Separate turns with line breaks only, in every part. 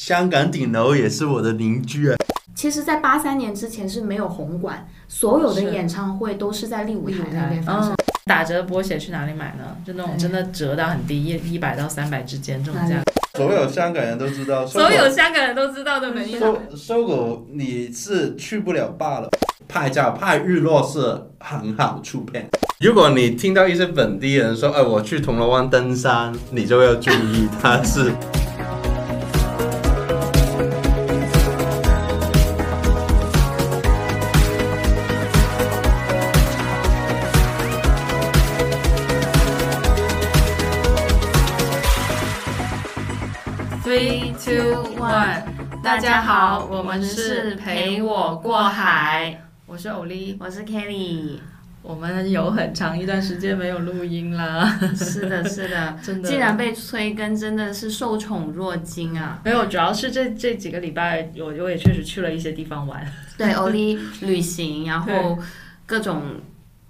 香港顶楼也是我的邻居啊。
其实，在八三年之前是没有红馆，所有的
是
演唱会都是在利舞台那边发生
嗯。，打折波鞋去哪里买呢？就那种真的折到很低，一一百到三百之间这种价格，
所有香港人都知 道，
哎所有香港人都知道的文艺场。
搜搜狗你是去不了罢了。拍照拍日落是很好出片。如果你听到一些本地人说，哎，我去铜锣湾登山，你就要注意他是。
Three two one，大家好，我们是陪我过海，我是欧丽，
我是 Kelly，
我们有很长一段时间没有录音了，
是的，是的。
真的。
既然被催更，真的是受宠若惊啊！
没有，主要是这这几个礼拜，我我也确实去了一些地方玩。
对，欧丽旅行，然后各种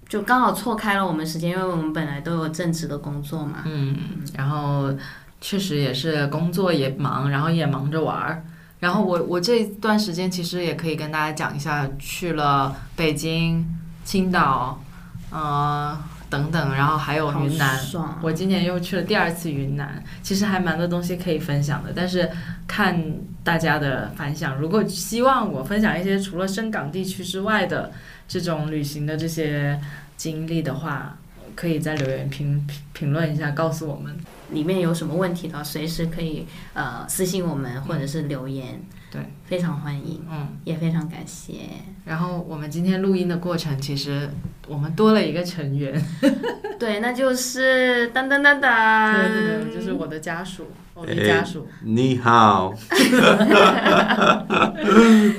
就刚好错开了我们时间，因为我们本来都有正职的工作嘛。
嗯，然后确实也是工作也忙，然后也忙着玩儿。然后我我这段时间其实也可以跟大家讲一下，去了北京、青岛，呃等等，然后还有
好
云南。
爽啊，
我今年又去了第二次云南，其实还蛮多东西可以分享的，但是看大家的反响。如果希望我分享一些除了深港地区之外的这种旅行的这些经历的话，可以在留言评评评论一下，告诉我们。
里面有什么问题的话，随时可以呃私信我们或者是留言。
对，
非常欢迎，
嗯，
也非常感谢。
然后我们今天录音的过程，其实我们多了一个成员，
对，那就是噔噔噔啊
对对
噔，
对，就是我的家属，我的
哎
家属。
你 好，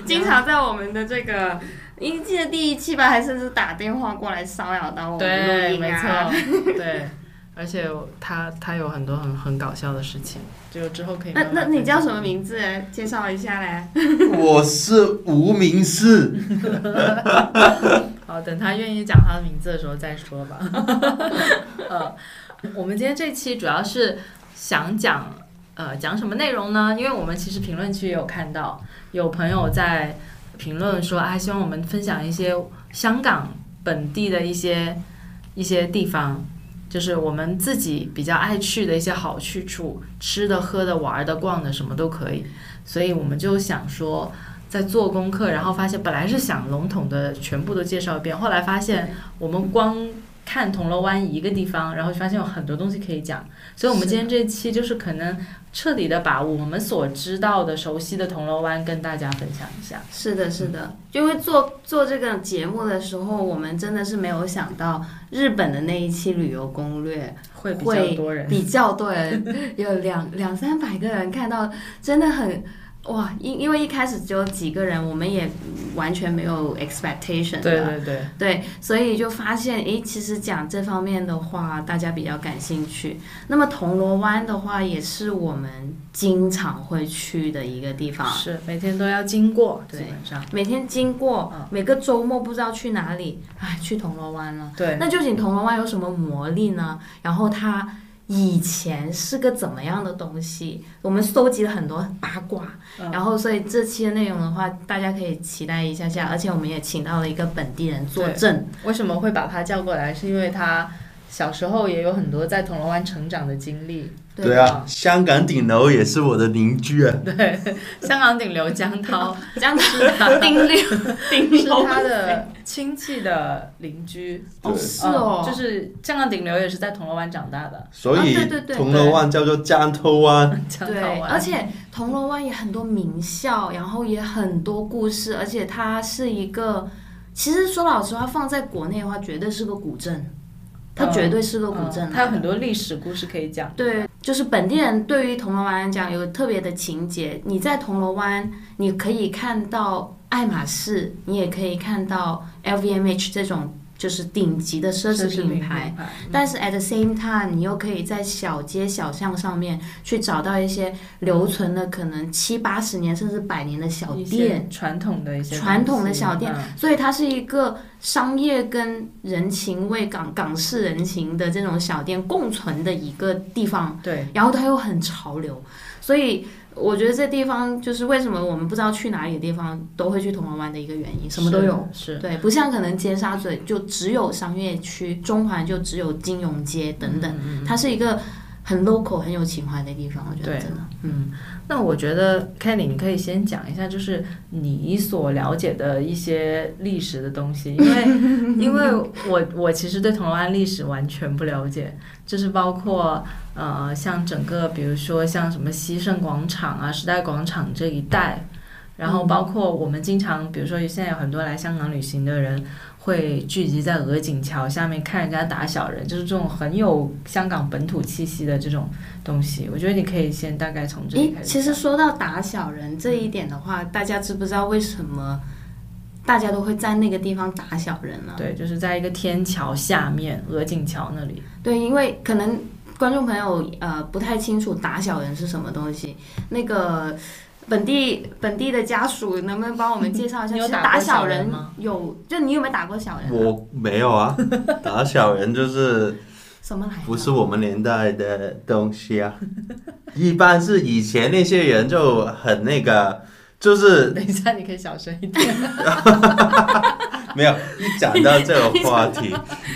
经常在我们的这个。应届第一期吧，还甚至打电话过来骚扰到我们录
对，
音
没
啊，
错， 对，而且他他有很多很很搞笑的事情，就之后可以
那
慢慢
那你
分
叫
享
什么？名字？啊介绍一下嘞。
我是无名氏。
好，等他愿意讲他的名字的时候再说吧。 呃，我们今天这期主要是想讲呃讲什么内容呢？因为我们其实评论区也有看到有朋友在评论说，啊，希望我们分享一些香港本地的一些一些地方。就是我们自己比较爱去的一些好去处，吃的、喝的、玩的、逛的，什么都可以。所以我们就想说，在做功课，然后发现本来是想笼统的全部都介绍一遍，后来发现我们光看铜锣湾一个地方，然后发现有很多东西可以讲，所以我们今天这期就是可能彻底的把我们所知道的、熟悉的铜锣湾跟大家分享一下。
是的，是的，因为做做这个节目的时候，我们真的是没有想到日本的那一期旅游攻略
会比
会
较多人，
比较多人，有两两三百个人看到，真的很哇！因因为一开始只有几个人，我们也完全没有 expectation 的，
对对对，
对，所以就发现，诶，其实讲这方面的话，大家比较感兴趣。那么铜锣湾的话，也是我们经常会去的一个地方。
是每天都要经过，基
对
本上
每天经过
嗯，
每个周末不知道去哪里，哎，去铜锣湾了。
对。
那究竟铜锣湾有什么魔力呢？然后它以前是个怎么样的东西？我们搜集了很多八卦，
嗯
然后所以这期的内容的话，大家可以期待一下下。而且我们也请到了一个本地人作证，
为什么会把他叫过来？是因为他小时候也有很多在铜锣湾成长的经历。
对啊，香港顶楼也是我的邻居啊。
对，香港顶流江 涛
这样子定律，定律
是他的亲戚的邻居，
哦，
对
是哦
嗯，就是香港顶流也是在铜锣湾长大的，
所以
啊对对对
铜锣湾叫做江头湾，
江
对
涛，啊湾
而且铜锣湾也很多名校，然后也很多故事，而且它是一个，其实说老实话，放在国内的话，绝对是个古镇，它绝对是个古镇、啊
嗯它有很多历史故事可以讲。
对，就是本地人对于铜锣湾讲有特别的情节。你在铜锣湾，你可以看到爱马仕，你也可以看到 LVMH 这种就是顶级的奢侈品牌。，但是 at the same time，你又可以在小街小巷上面去找到一些留存的可能七八十年甚至百年的小
一些
店，
传统的一些
传统的
东西
小店，
嗯
所以它是一个商业跟人情味、港港式人情的这种小店共存的一个地方。
对，
然后它又很潮流，所以我觉得这地方就是为什么我们不知道去哪里的地方都会去铜锣湾的一个原因，什么都有。
是，
对，不像可能尖沙咀就只有商业区，中环就只有金融街等
嗯
等，它是一个很 local、很有情怀的地方，我觉得
对
真的。
嗯，那我觉得 Kelly，你可以先讲一下，就是你所了解的一些历史的东西，因为因为我我其实对铜锣湾历史完全不了解，就是包括呃像整个比如说像什么西盛广场啊、时代广场这一带，然后包括我们经常比如说现在有很多来香港旅行的人。会聚集在鹅颈桥下面看人家打小人，就是这种很有香港本土气息的这种东西，我觉得你可以先大概从这里
诶，
开始讲。
其实说到打小人这一点的话，大家知不知道为什么大家都会在那个地方打小人呢？
对，就是在一个天桥下面，鹅颈桥那里。
对，因为可能观众朋友呃不太清楚打小人是什么东西，那个本地本地的家属能不能帮我们介绍一下？
你有
其实
打过
打
小
小
人
人
吗
有，就你有没有打过小人啊、
我没有 啊，打小人就是
什么来着？
不是我们年代的东西啊， 一般是以前那些人就很那个，就是
等一下，你可以小声一点。
没有一讲到这个话题，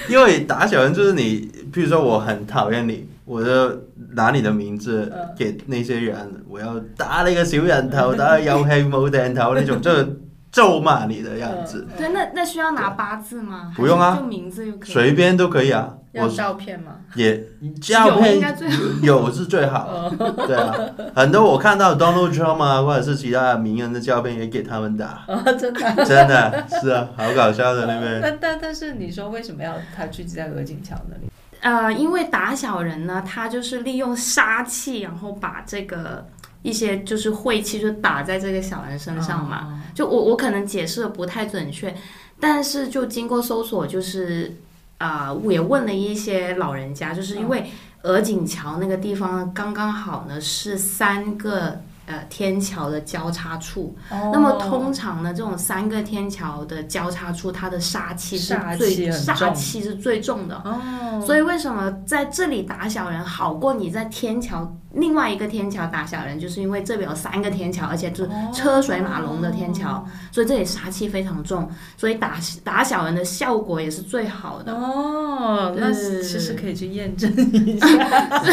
因为打小人就是你，譬如说我很讨厌你，我就拿你的名字
嗯
给那些人，我要打你个小人头，打你有气冇掟头那种，就是咒骂你的样
嗯
子，
对，那那需要拿八字吗？
不用啊
还是就名字就可以。
随便都可以啊，
要
我
照片吗？
也照
有应
片
该最好。
有是最好。
哦，
对啊，很多我看到 Donald Trump 啊，或者是其他的名人的照片也给他们打，
真的啊。哦
真的是啊，好搞笑的那边。
但但但是你说为什么要他聚集在鹅颈桥那里？
呃，因为打小人呢，他就是利用杀气，然后把这个一些就是晦气就打在这个小人身上
啊
嘛。
嘛。
就我我可能解释的不太准确，但是就经过搜索，就是啊、我也问了一些老人家，就是
啊
因为鹅颈桥那个地方刚刚好呢是三个呃天桥的交叉处，
哦
那么通常呢，这种三个天桥的交叉处，它的杀气嗯是
煞
最
气很重
煞气是最重的。
哦，
所以为什么在这里打小人好过你在天桥另外一个天桥打小人？就是因为这边有三个天桥，而且就是车水马龙的天桥，所以这里杀气非常重，所以打打小人的效果也是最好的。
哦，那
对对对对
其实可以去验证一下。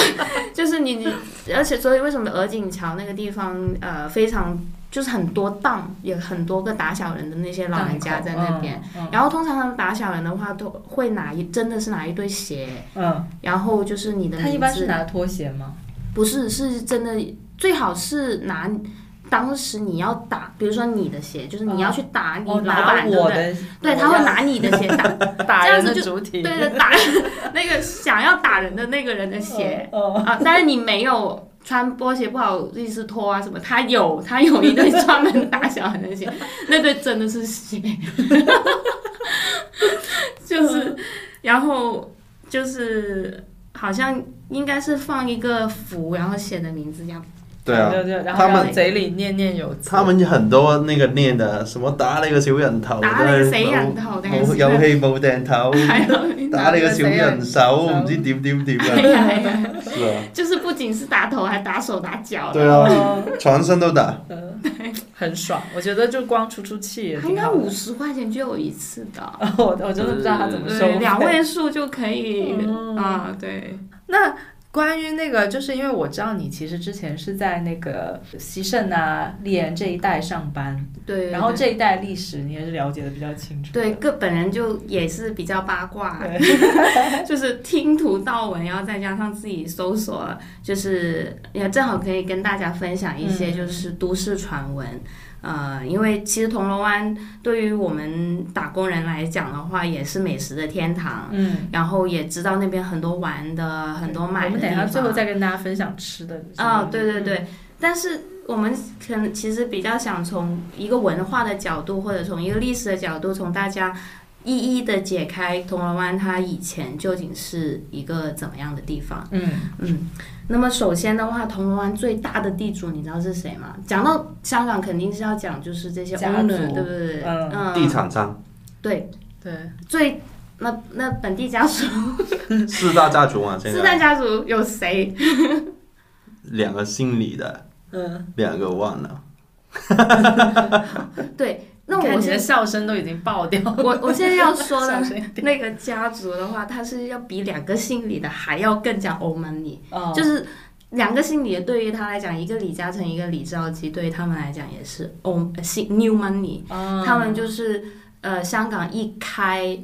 就是你你，而且所以为什么鹅颈桥那个地方呃非常就是很多档，有很多个打小人的那些老人家在那边。
嗯，
然后通常他们打小人的话，都会拿一真的是拿一对鞋，
嗯，
然后就是你的名
嗯他
字，
一般是拿拖鞋吗？
不是是真的，最好是拿当时你要打，比如说你的鞋，就是你要去打你
哦，
老
拿
板，对不
我
对？
的，
对，他会拿你的鞋打，
打
这样
人
子
的
就
主体。
对对，打 那个想要打人的那个人的鞋
哦，
啊，但是你没有。穿波鞋不好意思脱啊什么，他有他有一 对专门打小孩的鞋，那对真的是鞋， 就是，然后就是好像应该是放一个符，然后写的名字这样，
对啊，
对对，然后
他
让
们
嘴里念念有词。
他们很多那个念的什么打那个小人头，
打那个谁人头的，
冇有气冇掟 头，
还有
打那个小人手，
打那個小人手
唔知點點點
哎
啊，
呀哎呀，
是 啊，
就是不仅是打头，还打手打脚的，
对啊，全身都打，
呃，很爽，我觉觉得就光出出气也
他应
挺
该
好的。
五十块钱就有一次的，
然 后我我真的不知道他怎么收
对，
费
两位数就可以
嗯
啊，对，
那关于那个，就是因为我知道你其实之前是在那个西盛啊、丽园这一带上班，
对，
然后
对
这一带历史你也是了解的比较清楚的。
对个本人就也是比较八卦，
对，
就是听图到文，然后再加上自己搜索，就是也正好可以跟大家分享一些
嗯
就是都市传闻。呃，因为其实铜锣湾对于我们打工人来讲的话，也是美食的天堂，
嗯，
然后也知道那边很多玩的、很多买
我
的
们
地
等一下
方。
最后再跟大家分享吃的。
啊、对对
嗯
对，但是我们可能其实比较想从一个文化的角度，或者从一个历史的角度，从大家一一的解开铜锣湾它以前究竟是一个怎么样的地方。
嗯，
嗯，那么首先的话，铜锣湾最大的地主你知道是谁吗？讲到香港，肯定是要讲就是这些
家
owner，
族
对不对？
嗯
地产商
对
对，
最。那那本地家属，
啊
四大家族嘛，现
四
在
大家族有谁？
两个姓李的，
嗯，
两个万了。
对，那
看
我
你的
现
笑声都已经爆掉了。
我我现在要说
小
的
声一 点
那个家族的话，它是要比两个姓李的还要更加欧门你，
哦
就是两个姓李的对于他来讲，一个李嘉诚，一个李兆基，对于他们来讲也是欧姓 new money，、
嗯
他们就是呃香港一开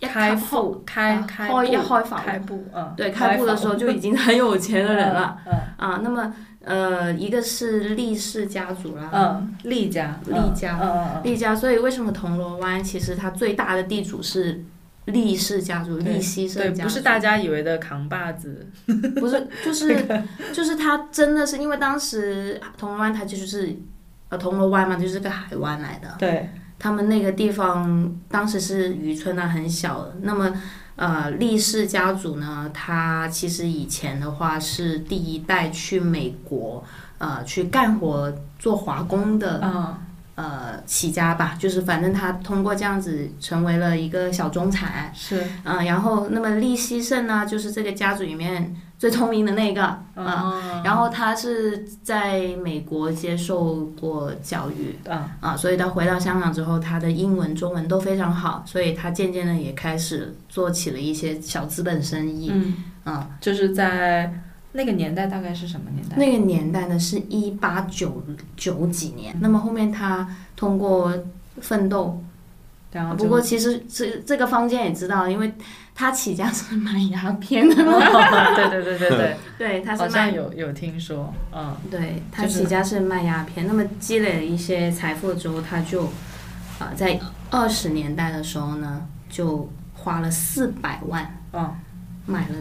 一
开
埠
埠开
啊
开
开一
埠
开埠
开埠，嗯，
对开埠的时候就已经很有钱的人了
嗯，
啊，那么呃一个是厉氏家族啦，
嗯嗯，丽家，嗯
丽家
嗯嗯嗯，
厉家，所以为什么铜锣湾其实它最大的地主是厉氏家族、
对
厉希
对，
盛家族？
不是大家以为的扛把子，
不是，就是就是它真的是因为当时铜锣湾它就是呃铜锣湾嘛，就是个海湾来的，
对，
他们那个地方当时是渔村啊，很小的。那么呃厉氏家族呢，他其实以前的话是第一代去美国呃去干活做华工的
嗯
呃起家吧，就是反正他通过这样子成为了一个小中产，
是，
嗯、然后那么利希慎呢，就是这个家族里面 最聪明的那个，啊、
嗯
然后他是在美国接受过教育，
嗯
啊、所以他回到香港之后，他的英文、中文都非常好，所以他渐渐的也开始做起了一些小资本生意，
嗯，
啊、
就是在那个年代，大概是什么年代？
那个年代呢是一八九九几年，那么后面他通过奋斗。
然后就
不过其实这这个坊间也知道，因为他起家是卖鸦片的嘛，
对对对对对，
对， 他
哦好
是
像
卖，
有有听说，嗯
对他
就是
起家是卖鸦片。那么积累了一些财富之后，他就啊、呃在二十年代的时候呢，就花了四百万
嗯，
买了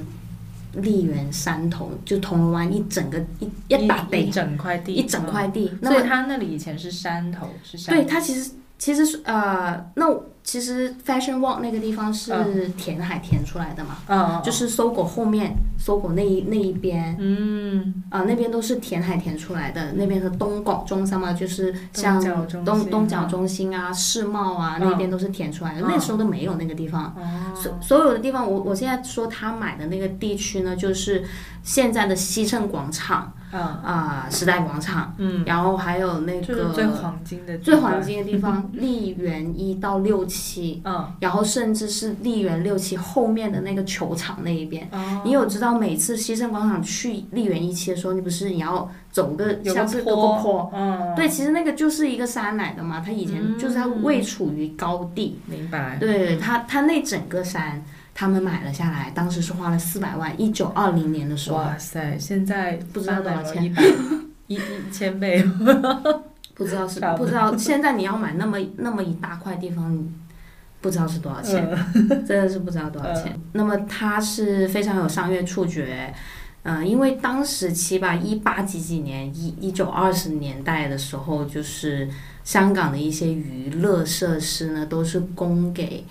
丽园山头，就铜锣湾一整个一一大
一
地，
整块地，
一整
嗯。
块地。那
所以
么
它那里以前是山头，是山
对它其实其实是呃，那我其实 Fashion Walk 那个地方
嗯
是填海填出来的嘛。
嗯，嗯
就，是搜狗后面，搜狗那一那一边
嗯，
啊、那边都是填海填出来的，那边是东港中心嘛，就是像
东角中
东
心
东角中心啊、世贸啊，
嗯
那边都是填出来的。
嗯
那时候都没有那个地方，所
哦，
所有的地方，我我现在说他买的那个地区呢，就是现在的西盛广场
嗯
啊、时代广场，
嗯，
然后还有那
就
个
是最黄金的，
最黄，金的地方，丽园一到六期，
嗯，
然后甚至是丽园六期后面的那个球场那一边。
哦
你有知道每次西盛广场去丽园一期的时候，你不是你要走个
有个
像是个
坡
坡？
嗯，
对，其实那个就是一个山来的嘛，它以前
嗯
就是它位处于高地，
明白，
对它它那整个山他们买了下来，当时是花了四百万，一九二零年的时候，
哇塞，现在
不知道多少钱
一百一一 千倍，
不知道是
差不
不
多
知道现在你要买那么那么一大块地方，你不知道是多少钱，
嗯
真的是不知道多少钱。那么他是非常有商业触觉，嗯、因为当时期吧，一八几几年一一九二十年代的时候，就是香港的一些娱乐设施呢，都是供给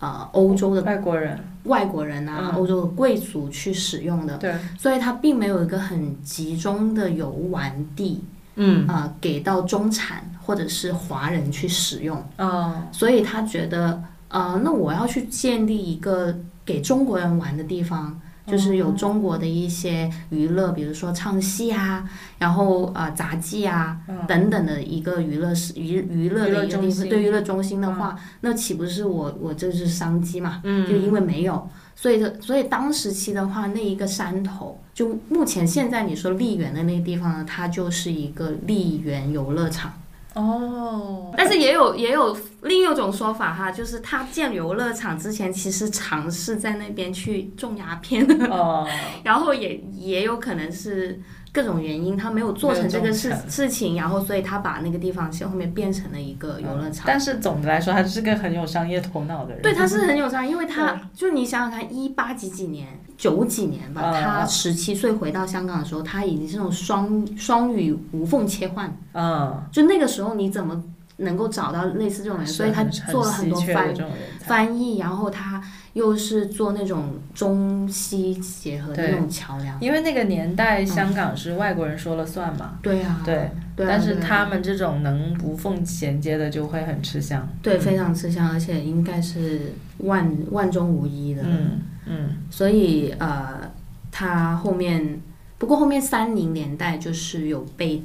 呃欧洲的
外国人，
外国人啊、
嗯
欧洲的贵族去使用的，
对，
所以它并没有一个很集中的游玩地。
嗯，
啊、给到中产或者是华人去使用，
哦，
所以他觉得，呃，那我要去建立一个给中国人玩的地方，就是有中国的一些娱乐，比如说唱戏啊，然后呃杂技啊
嗯
等等的一个娱乐是娱娱乐的一个
娱乐中
地
心
方。对娱乐中心的嗯话，那岂不是我我这是商机嘛？就因为没有，所以的，所以当时期的话，那一个山头，就目前现在你说丽园的那个地方呢，它就是一个丽园游乐场。
哦，
但是也有也有另一种说法哈，就是它建游乐场之前，其实尝试在那边去种鸦片，
哦，
然后也也有可能是各种原因，他没有做成这
没
个
有种
事
成
事情，然后所以他把那个地方先后面变成了一个游乐场。
但是总的来说，他是个很有商业头脑的人，
嗯对，他是很有才，因为他就你想想看，一八几几年、九几年吧，
嗯
他
嗯
十七岁回到香港的时候，他已经是那种双双语无缝切换，
嗯，
就那个时候你怎么能够找到类似这种人？所以他
很
做了很多
稀缺的
翻
这种人才，
翻译，然后他又是做那种中西结合的
对
那种桥梁。
因为那个年代香港是外国人说了算嘛，
对啊，
嗯对，
对啊，
但是
对啊
他们这种能无缝衔接的就会很吃香，
对非常吃香，而且应该是万万中无一的。
嗯嗯，
所以呃，他后面不过后面三零年代就是有被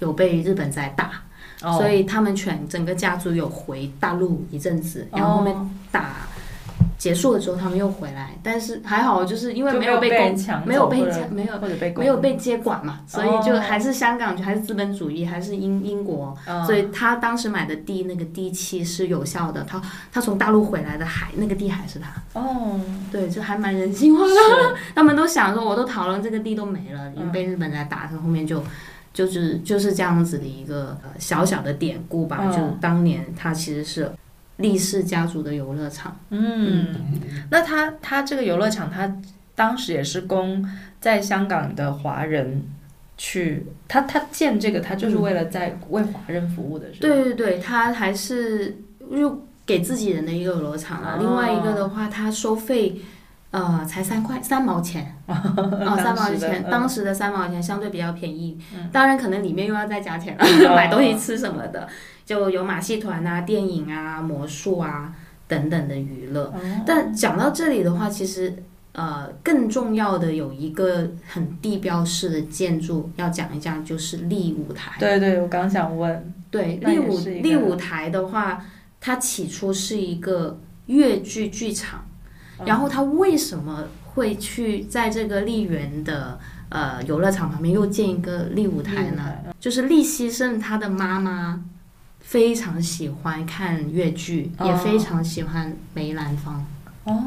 有被日本仔打，
哦
所以他们全整个家族有回大陆一阵子，然后后面
哦
打结束了之后他们又回来，但是还好就是因为
就
没
没
有
被
被攻
人，抢走，
没有被
或者
抢没有
或者被攻
没有被接管嘛，所以就
哦
还是香港还是资本主义还是英英国，
嗯
所以他当时买的地那个地契是有效的，他他从大陆回来的海那个地还是他，
哦，
对，就还蛮人性化的。
是 嗯
他们都想说，我都讨论这个地都没了，因为被日本来打，后面就就是就是这样子的一个呃小小的典故吧。
嗯
就当年它其实是力士家族的游乐场，
嗯，那他他这个游乐场，他当时也是供在香港的华人去，他他建这个，他就是为了在为华人服务的，是吧？
对对对，它还是又给自己人的一个游乐场了。
哦
另外一个的话，它收费。呃，才三块三毛 钱，哦，三毛钱，
嗯
当时的三毛钱相对比较便宜，
嗯
当然可能里面又要再加钱了，
哦
买东西吃什么的，就有马戏团啊、电影啊、魔术啊等等的娱乐。
哦
但讲到这里的话，其实呃更重要的有一个很地标式的建筑要讲一讲，就是立舞台。
对对，我刚想问，
对，
那
立
也
舞
是一个
立舞台的话，它起初是一个越剧剧场，
嗯
然后它为什么会去在这个丽园的呃游乐场旁边又建一个立舞台呢？
呢？
就是利希慎他的妈妈非常喜欢看越剧，
哦
也非常喜欢梅兰芳，
哦，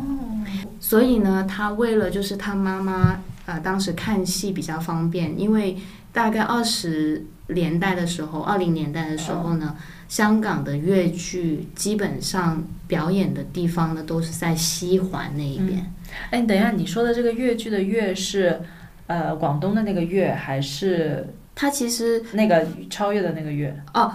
所以呢，他为了就是他妈妈呃当时看戏比较方便，因为大概二十年代的时候，二零年代的时候呢，
哦
香港的越剧基本上表演的地方呢都是在西环那一边，
哎，你等一下，你说的这个越剧的越是呃广东的那个越，还是
它其实
那个超越的那个越？
哦。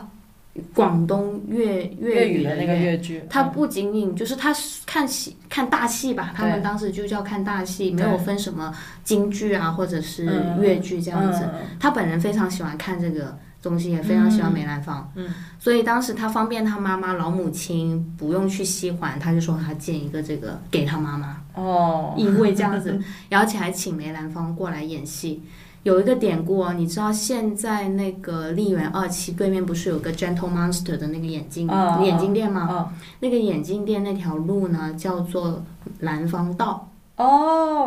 广东粤粤
粤
语
语的那
那
个
个
越剧？
他
嗯
不仅仅就是他看戏看大戏吧，他们当时就叫看大戏，没有分什么京剧啊或者是越剧这样子。
嗯嗯
他本人非常喜欢看这个东西，也非常喜欢梅兰芳，
嗯，
所以当时他方便他妈妈老母亲不用去西环，他就说他建一个这个给他妈妈，
哦，
因为这样 子，而且还请梅兰芳过来演戏。有一个典故哦，你知道现在那个丽园二期对面不是有个 Gentle Monster 的那个眼镜、
哦
眼镜店吗？
哦
那个眼镜店那条路呢，叫做兰芳道
哦，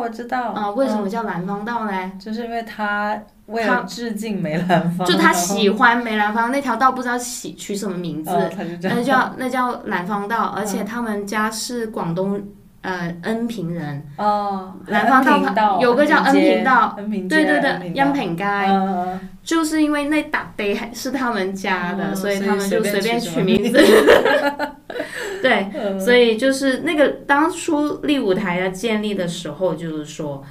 嗯我知道
啊、为什么叫兰芳道呢？
就是因为他为了
他
致敬梅兰芳，
就他
然后
喜欢梅兰芳那条道，不知道起取什么名字，
哦嗯他就这
那
样，
叫那叫兰芳道。而且他们家是广东呃恩平人，
哦，
兰芳道
恩平道
有个叫恩平道，
恩平
哦
街
对对
恩
对，
平
恩
道
平街、
嗯嗯
就是因为那打杯还是他们家的，
哦
嗯所以
所以
他们就
随
随
便
便
取
取
什么
名字。 对，
嗯
所以就是那个当初立舞台要建立的时候，就是说，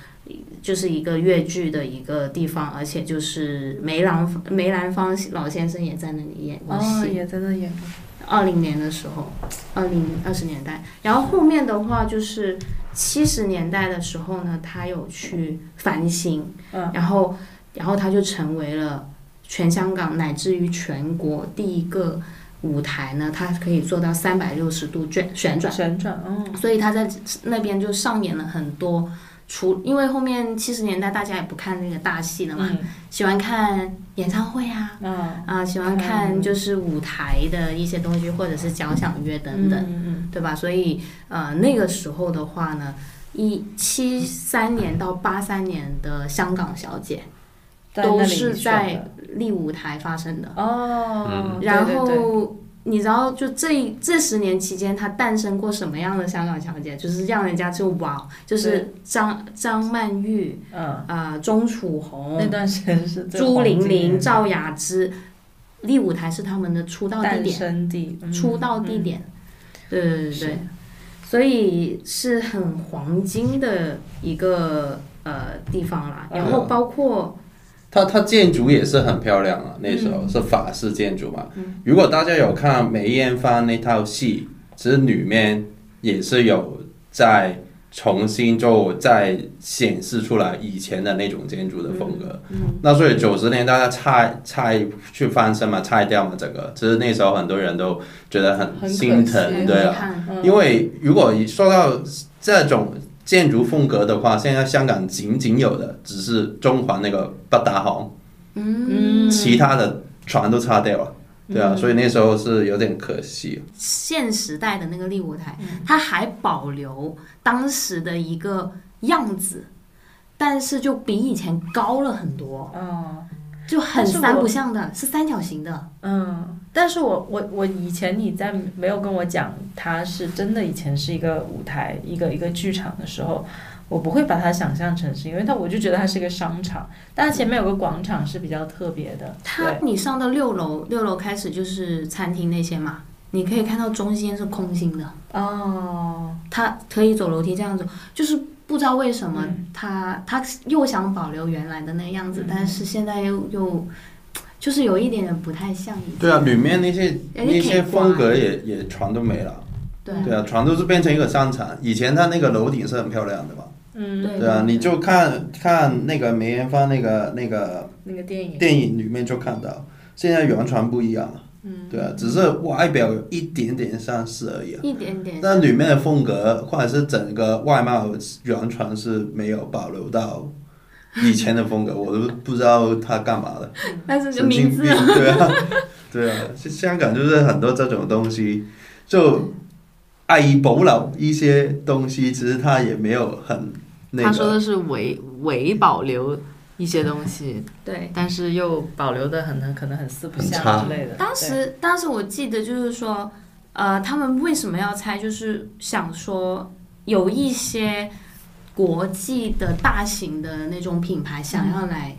就是一个越剧的一个地方，而且就是梅兰梅兰芳老先生也在那里演过
哦，
戏。
也在那演过，
二零、年的时候，二零二十年代，然后后面的话就是七十年代的时候呢，他有去翻新，
嗯
然后然后他就成为了全香港乃至于全国第一个。舞台呢，它可以做到三百六十度旋旋转，
旋转，嗯
所以他在那边就上演了很多。除因为后面七十年代大家也不看那个大戏了嘛，喜欢看演唱会啊，
嗯啊，
啊、喜欢看
嗯
就是舞台的一些东西，或者是交响乐等等，
嗯，
对吧？所以呃那个时候的话呢，一七三年到八三年的香港小姐
在那里
都是
选
在
的
立舞台发生的。
哦，对
然
对对
后你知道，就这这十年期间，她诞生过什么样的香港小姐？就是让人家就哇，就是张张曼玉
嗯，
啊、呃钟楚红
那、段时间是最
朱
黄
玲
金嗯
玲、
年
赵雅芝，立舞台是他们的出道地
诞
点，
生地，嗯
出道地点，对对对
是
对，所以是很黄金的一个呃地方啦。然后
嗯
包括
它它建筑也是很漂亮啊，那时
嗯
候是法式建筑嘛。如果大家有看梅艳芳那套戏，其实里面也是有在重新就再显示出来以前的那种建筑的风格。
嗯
那所以九十年代拆拆去翻身嘛，拆掉嘛，整个其实那时候很多人都觉得
很可
很心
惜
疼，
很
对
遗
啊。
憾，
嗯
因为如果说到这种建筑风格的话，现在香港仅仅有的只是中环那个八达行，
嗯
嗯
其他的船都擦掉了，对啊，所以那时候是有点可惜。
现时代的那个立舞台，
嗯
它还保留当时的一个样子，但是就比以前高了很多，
哦，
就很
但是我
三不像的，是三角形的。
嗯，但是我我我以前你在没有跟我讲它是真的以前是一个舞台一个一个剧场的时候，我不会把它想象成是，因为它我就觉得它是一个商场，但它前面有个广场是比较特别的。
它你上到六楼，六楼开始就是餐厅那些嘛，你可以看到中间是空心的，
对哦，
它可以走楼梯这样走，就是不知道为什么
嗯
它它又想保留原来的那个样子
嗯，
但是现在又又就是有一点点不太像以前。
对啊，里面那些
有点嗯
那些
铁锅啊
风格也也全都没了。
对
对啊，全都是变成一个商场。以前它那个楼顶是很漂亮的嘛，
嗯，
对
对啊，你就看看那个梅艳芳那个那个
那个电影，
电影里面就看到，现在完全不一样了。
嗯，
对啊，只是外表有一点点相似而已啊。
一点点。
但里面的风格或者是整个外貌完全是没有保留到以前的风格，我都不知道他干嘛的，
但是就
神经
名
病，
字
对啊，对啊，就香港就是很多这种东西，就爱保留一些东西，其实他也没有很那
他说
个，
的是伪伪保留一些东西，
嗯
对。
但是又
保留的很很可能很四不
很
像
差
之类的。
当
对
时，当时我记得就是说，呃，他们为什么要拆，就是想说有一些国际的大型的那种品牌想要来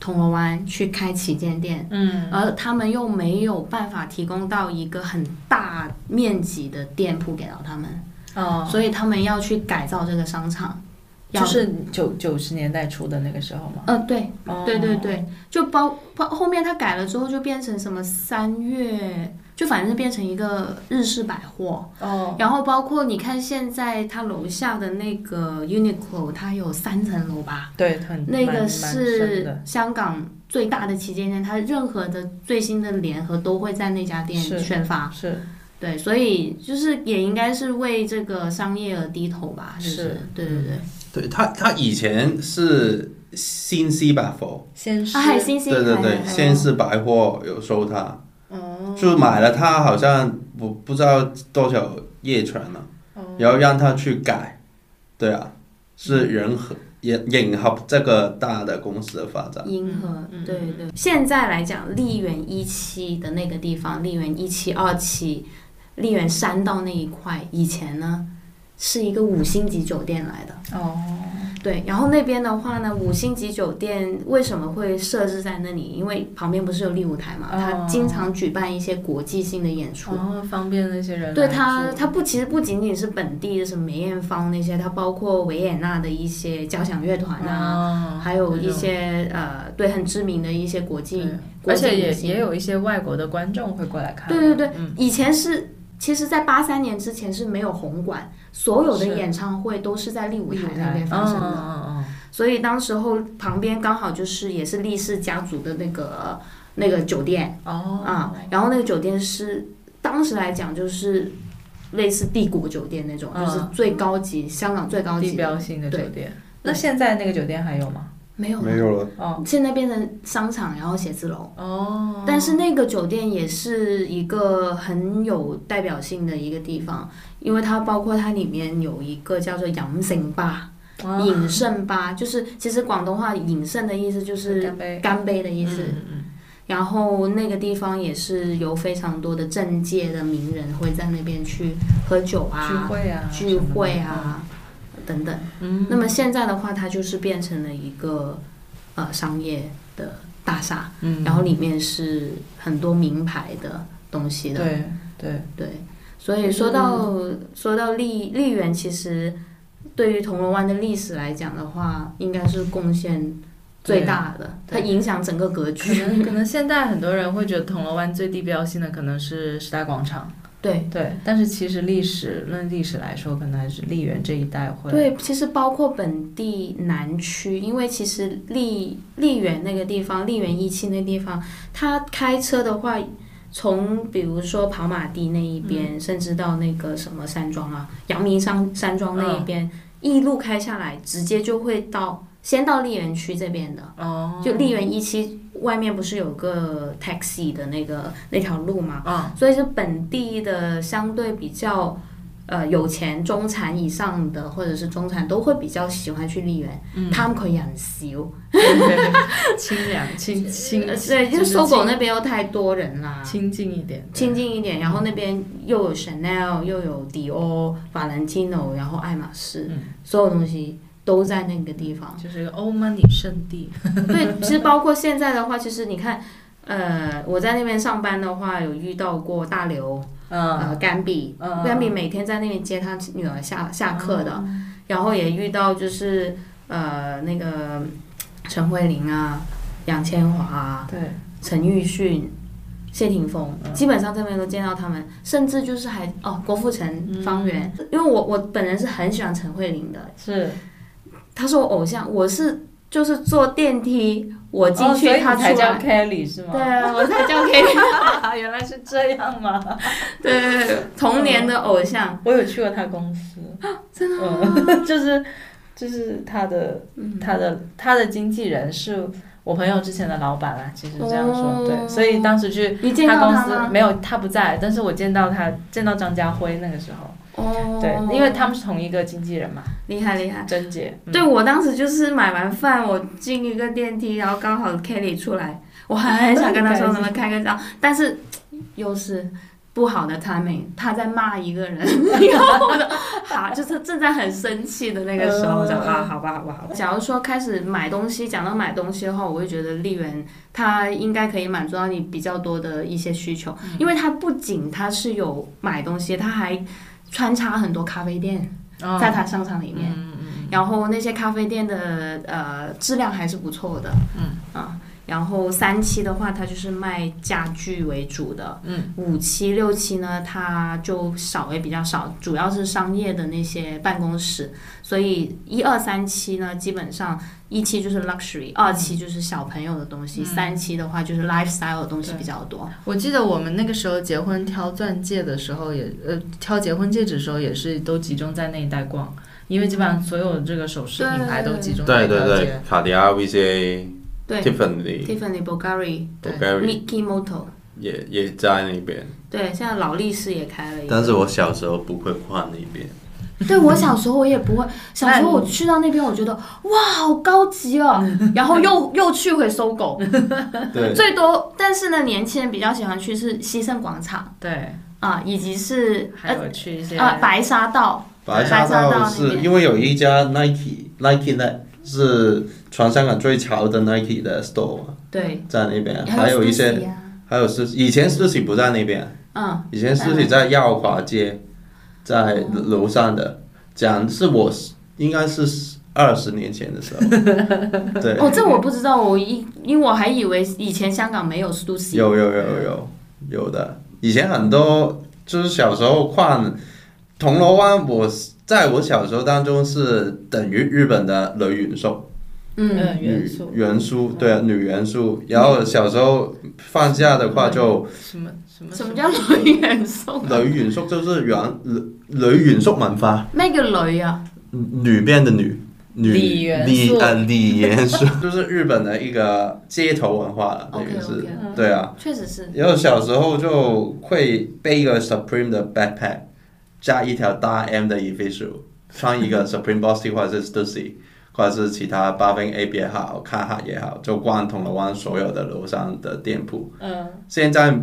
铜锣湾去开旗舰店，
嗯
而他们又没有办法提供到一个很大面积的店铺给到他们，
哦，
所以他们要去改造这个商场，要
就是九九十年代初的那个时候嘛。
呃，对，
哦
对对，对，就包包后面它改了之后就变成什么三月，就反正变成一个日式百货。
哦，
然后包括你看现在它楼下的那个 Uniqlo，它有三层楼吧？
对，很
那
蛮
个
蛮深
是
的
香港最大的旗舰店，它任何的最新的联合都会在那家店
是
宣发。
是
对，所以就是也应该是为这个商业而低头吧？就是是对对对，
对他他以前是新西百货，
先是
啊，海星星，
对对
还
对，
还还
先是百货有收他。
哦
就买了它，好像我不知道多少业权了，
哦
然后让他去改，对啊，
嗯
是迎合也迎合这个大的公司的发展。
银河，
嗯
对
嗯
对。现在来讲，丽园一期的那个地方，丽园一期、二期、丽园山道那一块，以前呢是一个五星级酒店来的。
哦，
对，然后那边的话呢，五星级酒店为什么会设置在那里？因为旁边不是有丽舞台嘛，
哦
它经常举办一些国际性的演出。
然后方便那些人来
对它，
住
它不其实不仅仅是本地的什么梅艳芳那些，它包括维也纳的一些交响乐团啊，
哦
还有一
这种
些呃，对很知名的一些国际
对，
国
而
际
且
明
也
星
也有一些外国的观众会过来看，
对对对，
嗯
以前是，其实，在八三年之前是没有红馆，所有的
是
演唱会都是在立舞
立
台
舞
那
台
边，
嗯
发生的，
嗯
所以当时候旁边刚好就是也是力士家族的那个那个酒店
嗯，哦
啊、然后那个酒店是当时来讲就是类似帝国酒店那种，
嗯
就是最高级，香港最嗯高
地
级的，
标性的酒店。
对
那现在那个酒店还有吗？
没有
没
了，
有了，
哦
现在变成商场，然后写字楼。
哦，
但是那个酒店也是一个很有代表性的一个地方，因为它包括它里面有一个叫做养生吧、
哇
饮胜吧，就是其实广东话“饮胜”的意思就是
干杯
干杯的意思。
嗯嗯
然后那个地方也是有非常多的政界的名人会在那边去喝酒
嗯聚
啊、
会啊，
聚会，啊等等。
嗯，
那么现在的话，它就是变成了一个呃商业的大厦。
嗯，
然后里面是很多名牌的东西的，
嗯对对，
对，所以说到、说到丽丽园，其实对于铜锣湾的历史来讲的话，应该是贡献最大的，它
对
影响整个格
可
局。
能可能现在很多人会觉得铜锣湾最地标性的可能是时代广场，
对
对，但是其实历史论历史来说，可能还是丽园这一带会
对，其实包括本地南区，因为其实丽丽园那个地方，丽园一期那地方，它开车的话。从比如说跑马地那一
嗯
边，甚至到那个什
嗯
么山庄啊，阳明山山庄那一边，一路开下来，直接就会到先到丽园区这边的，
哦，
就丽园一期外面不是有个 taxi 的那个那条路嘛，
嗯，
所以是本地的相对比较呃有钱中产以上的或者是中产都会比较喜欢去丽园，
嗯
貪佢人少，
清凉清清，
呃对，就是搜狗
清
那边又太多人啦。
清静一点，
亲近一点，然后那边又有 Chanel，又有 Dior、Valentino，然后哦爱马仕，
嗯
所有东西都在那个地 方。
就是一个欧 money 圣地。
对，其实包括现在的话，其实你看，呃，我在那边上班的话，有遇到过大刘，呃，
嗯
甘比，
嗯
甘比每天在那边接他女儿下
哦
下课的，然后也遇到就是呃那个陈慧琳啊、杨千嬅啊、
对，
陈奕迅。谢霆锋，
嗯
基本上这边都见到他们，甚至就是还哦，郭富
嗯
城、方圆，因为我我本人是很喜欢陈慧琳的，
是
她是我偶像，我是就是坐电梯我
哦
进去，她出来，
Kelly 是
对？啊，我才叫 K
原来是这样吗？
对对对，童年的偶像，
我有去过他公司，
真的吗嗯
嗯， 就是就是他的他的他的经纪人是我朋友之前的老板啦，其实这样
哦
说对，所以当时去
你见到
公
他
司
吗？
没有他不在，但是我见到他见到张家辉那个时候，
哦
对，因为他们是同一个经纪人嘛，
厉害厉害。
甄姐，嗯
对，我当时就是买完饭，我进一个电梯，然后刚好 Kelly 出来，我很想跟他说能不能开个照，但是又是不好的 timing，他在骂一个人， 然后我就 好，就是正在很生气的那个时候，我
嗯
就啊，好吧，好吧，好吧。假如说开始买东西，讲到买东西的话，我会觉得丽媛它应该可以满足到你比较多的一些需求，
嗯
因为它不仅它是有买东西，它还穿插很多咖啡店
嗯
在它商场里面。
嗯嗯
然后那些咖啡店的呃质量还是不错的，
嗯
啊，然后三期的话，它就是卖家具为主的，
嗯，
五期六期呢，它就少也比较少，主要是商业的那些办公室，所以一二三期呢，基本上一期就是 luxury，二期就是小朋友的东西，三期的话就是 lifestyle 的东西
对
比较多，
我记得我们那个时候结婚挑钻戒的时候也，呃，挑结婚戒指的时候也是都集中在那一带逛，因为基本上所有这个首饰品牌都集中在
对
一条
对
街。
对，卡地亚、VJ、
对
Tiffany、
，Tiffany Bulgari、
对
Bulgari
Mickey Moto，
也也在那边，
对，现在劳力士也开 了一个，
但是我小时候不会逛那边。
对我小时候我也不会，小时候我去到那边，我觉得哇，好高级哦，然后又又去回搜狗，
对，
最多。但是呢，年轻人比较喜欢去是西盛广场
对，
啊，以及是
还
呃
有去一些
啊白沙道，
白沙
白沙道
道
那
是
边
因为有一家 Nike Nike 呢是全香港最潮的 Nike 的 store
对，
在那边，嗯还有一
苏
些
西啊
还有是以前 Stussy 不在那边，
嗯
以前 Stussy 在耀华街，在楼上的，讲是我应该是二十年前的时候，对，
哦，这我不知道，我一因为我还以为以前香港没有 Stussy，
有有有有有的，以前很多就是小时候逛铜锣湾，我在我小时候当中是等于日本的雷允寿
嗯
嗯元
女
素
元素，对啊女元素。然后小时候放假的话就
什么什么
什么叫雷元素？
雷允寿就是原雷雷允寿文化，
那个雷啊，
女变的女，女
李元
李
素
呃李元 素，
就是日本的一个街头文化了，等于
OK，OK
是
嗯
对啊。
确实是，
然后小时候就会背一个 Supreme 的 backpack，加一条大 M 的 official，穿一 个 Supreme Bossy 或者是 Stussy，或者是其他 Bathing Ape 也好，卡哈也好，就逛铜锣湾所有的楼上的店铺。
嗯
现在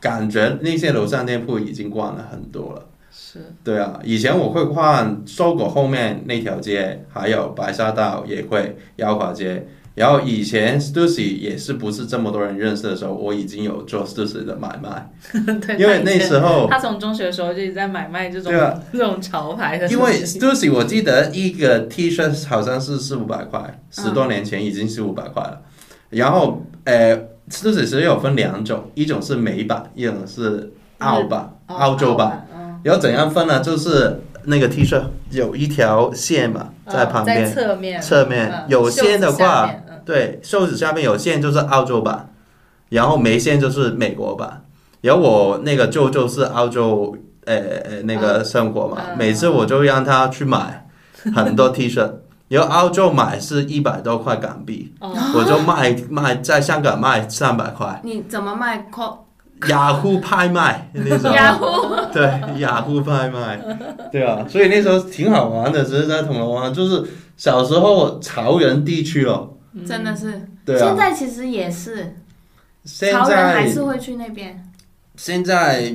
感觉那些楼上店铺已经逛了很多了。
是
对啊，以前我会逛搜狗后面那条街，还有白沙道也会，耀华街。然后以前 Stussy 也是不是这么多人认识的时候，我已经有做 Stussy 的买卖，
嗯
对，
因为
他以
那
前
时候，
他从中学的时候就一直在买卖这种、
对啊
这种潮牌的东西，
因为 Stussy 我记得一个 T 恤好像是四五百块，
嗯
十多年前已经四五百块了。然后呃，Stussy 是有分两种，一种是美版，一种是澳版，
哦
澳洲版。，
嗯
然后怎样分呢？就是那个 T 恤有一条线嘛，
嗯
在旁
啊在
边，
侧面
侧面
嗯
有
袖子
线的
下
话
面嗯
对，袖子下面有线就是澳洲版，然后没线就是美国版。然后我那个舅舅是澳洲，呃呃，那个生活嘛，
嗯
每次我就让他去买很多 T 恤，然后澳洲买是一百多块港币，
哦，
我就卖卖在香港卖三百块，
你怎么卖 call
雅虎拍卖那 种，
然后
对，雅虎拍卖，对啊，所以那时候挺好玩的，只是在铜锣湾，就是小时候潮人地区哦咯，
真的是，
对
嗯现
啊，
在其实也是，
现
潮人还
在
是会去那边。
现在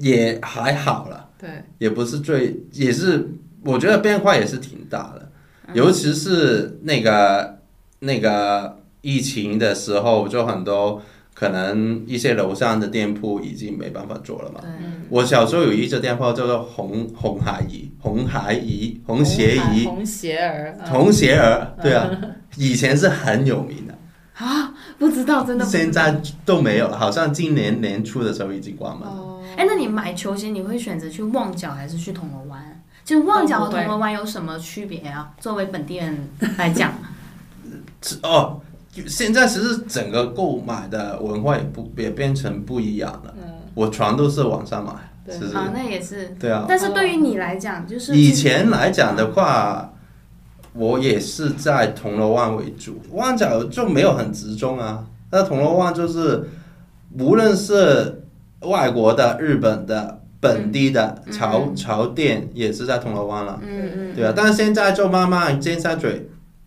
也还好了，
对，
也不是最，也是我觉得变化也是挺大的，尤其是那个那个疫情的时候，就很多可能一些楼上的店铺已经没办法做了嘛。
嗯
我小时候有一只电话叫做红红孩儿、红孩儿、红鞋儿、
红鞋儿，嗯
红鞋儿，对啊，以前是很有名的，
不知道，真的不知道
现在都没有了，好像今年年初的时候已经关门了。
哦，
哎，那你买球鞋你会选择去旺角还是去铜锣湾？就旺角和
都不会
铜锣湾有什么区别啊？作为本地人来讲，
是哦，现在其实整个购买的文化也不也变成不一样了，
嗯，
我全都是网上买，
对
其实
啊，那也是。
对啊，
但是对于你来讲，就是
以前来讲
啊
的话，我也是在铜锣湾为主，旺角就没有很集中啊。那铜锣湾就是，无论是外国的、日本的、本地的
嗯
潮、
嗯
潮店，也是在铜锣湾了，
嗯嗯，
对啊。但是现在就慢慢尖沙咀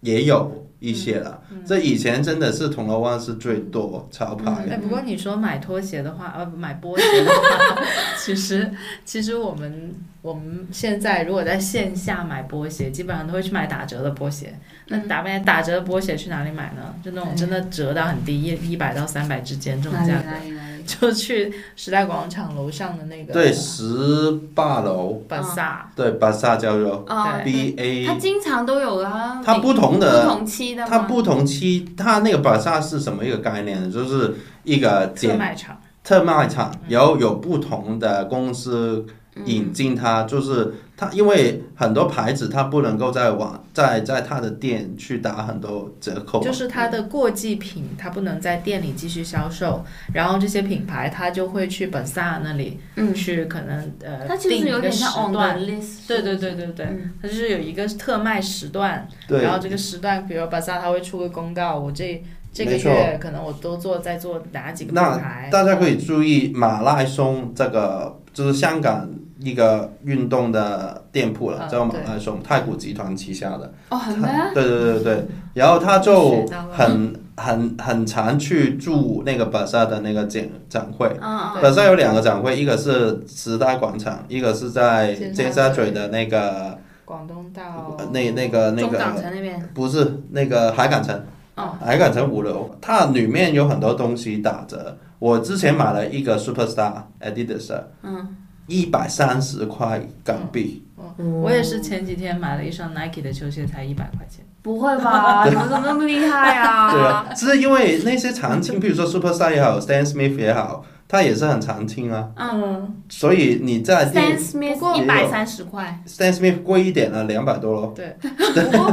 也有一些了，
嗯
这以前真的是铜锣湾是最多潮牌
嗯
的，
哎，不过你说买拖鞋的话，呃，买波鞋的话， 其实其实我们我们现在如果在线下买波鞋，基本上都会去买打折的波鞋。那打买打折的波鞋去哪里买呢？就那种真的折到很低，一一百到三百之间这种
哪里
价格，
哪里哪里，
就去时代广场楼上的那个
对，十八楼，
巴萨，
对，巴萨叫做
哦，
B
对
A
它经常都有啊，
它不同的
不同期的吗
它不同期，它那个巴萨是什么一个概念呢？就是一个
特
简
卖嗯场，
特卖场，然后有不同的公司引进
嗯
它，就是它因为很多牌子它不能够在网在在它的店去打很多折扣嘛，
就是它的过季品，它不能在店里继续销售，然后这些品牌它就会去本萨那里
嗯，
去可能呃，
它其实
定一
有
个
点像
时
on the
段
list，
对对对对对，
嗯
它就是有一个特卖时段，
对
然后这个时段，比如巴萨，它会出个公告，我这这个
没错
月可能我都做在做哪几个品
那
牌，
大家可以注意马拉松这个，就是香港一个运动的店铺了，
嗯
叫马拉松，太古集团旗下的。
哦，很美，
啊
对对对对，然后他就
学到了
很很很常去驻那个巴萨的那个展展会。
嗯
巴萨有两个展会，一个是时代广场，一个是在尖
尖
沙
沙
咀
咀
的那个
广东到
呃那那个
嗯，
那
中港
个
城那边，
不是那个海港城，
哦，
海港城五楼，它里面有很多东西打折。我之前买了一个 Superstar Adidas，
嗯，
一百三十块港币，
我也是前几天买了一双 Nike 的球鞋，才一百块钱。
不会 吧？你们怎么那么厉害啊？
对啊，只是因为那些常青，比如说 Superstar 也好，Stan Smith 也好，它也是很常青啊。
嗯，
所以你在
，Stan
店
Smith
过
一百三十块，
Stan Smith 贵一点了，两百多咯。
对。不过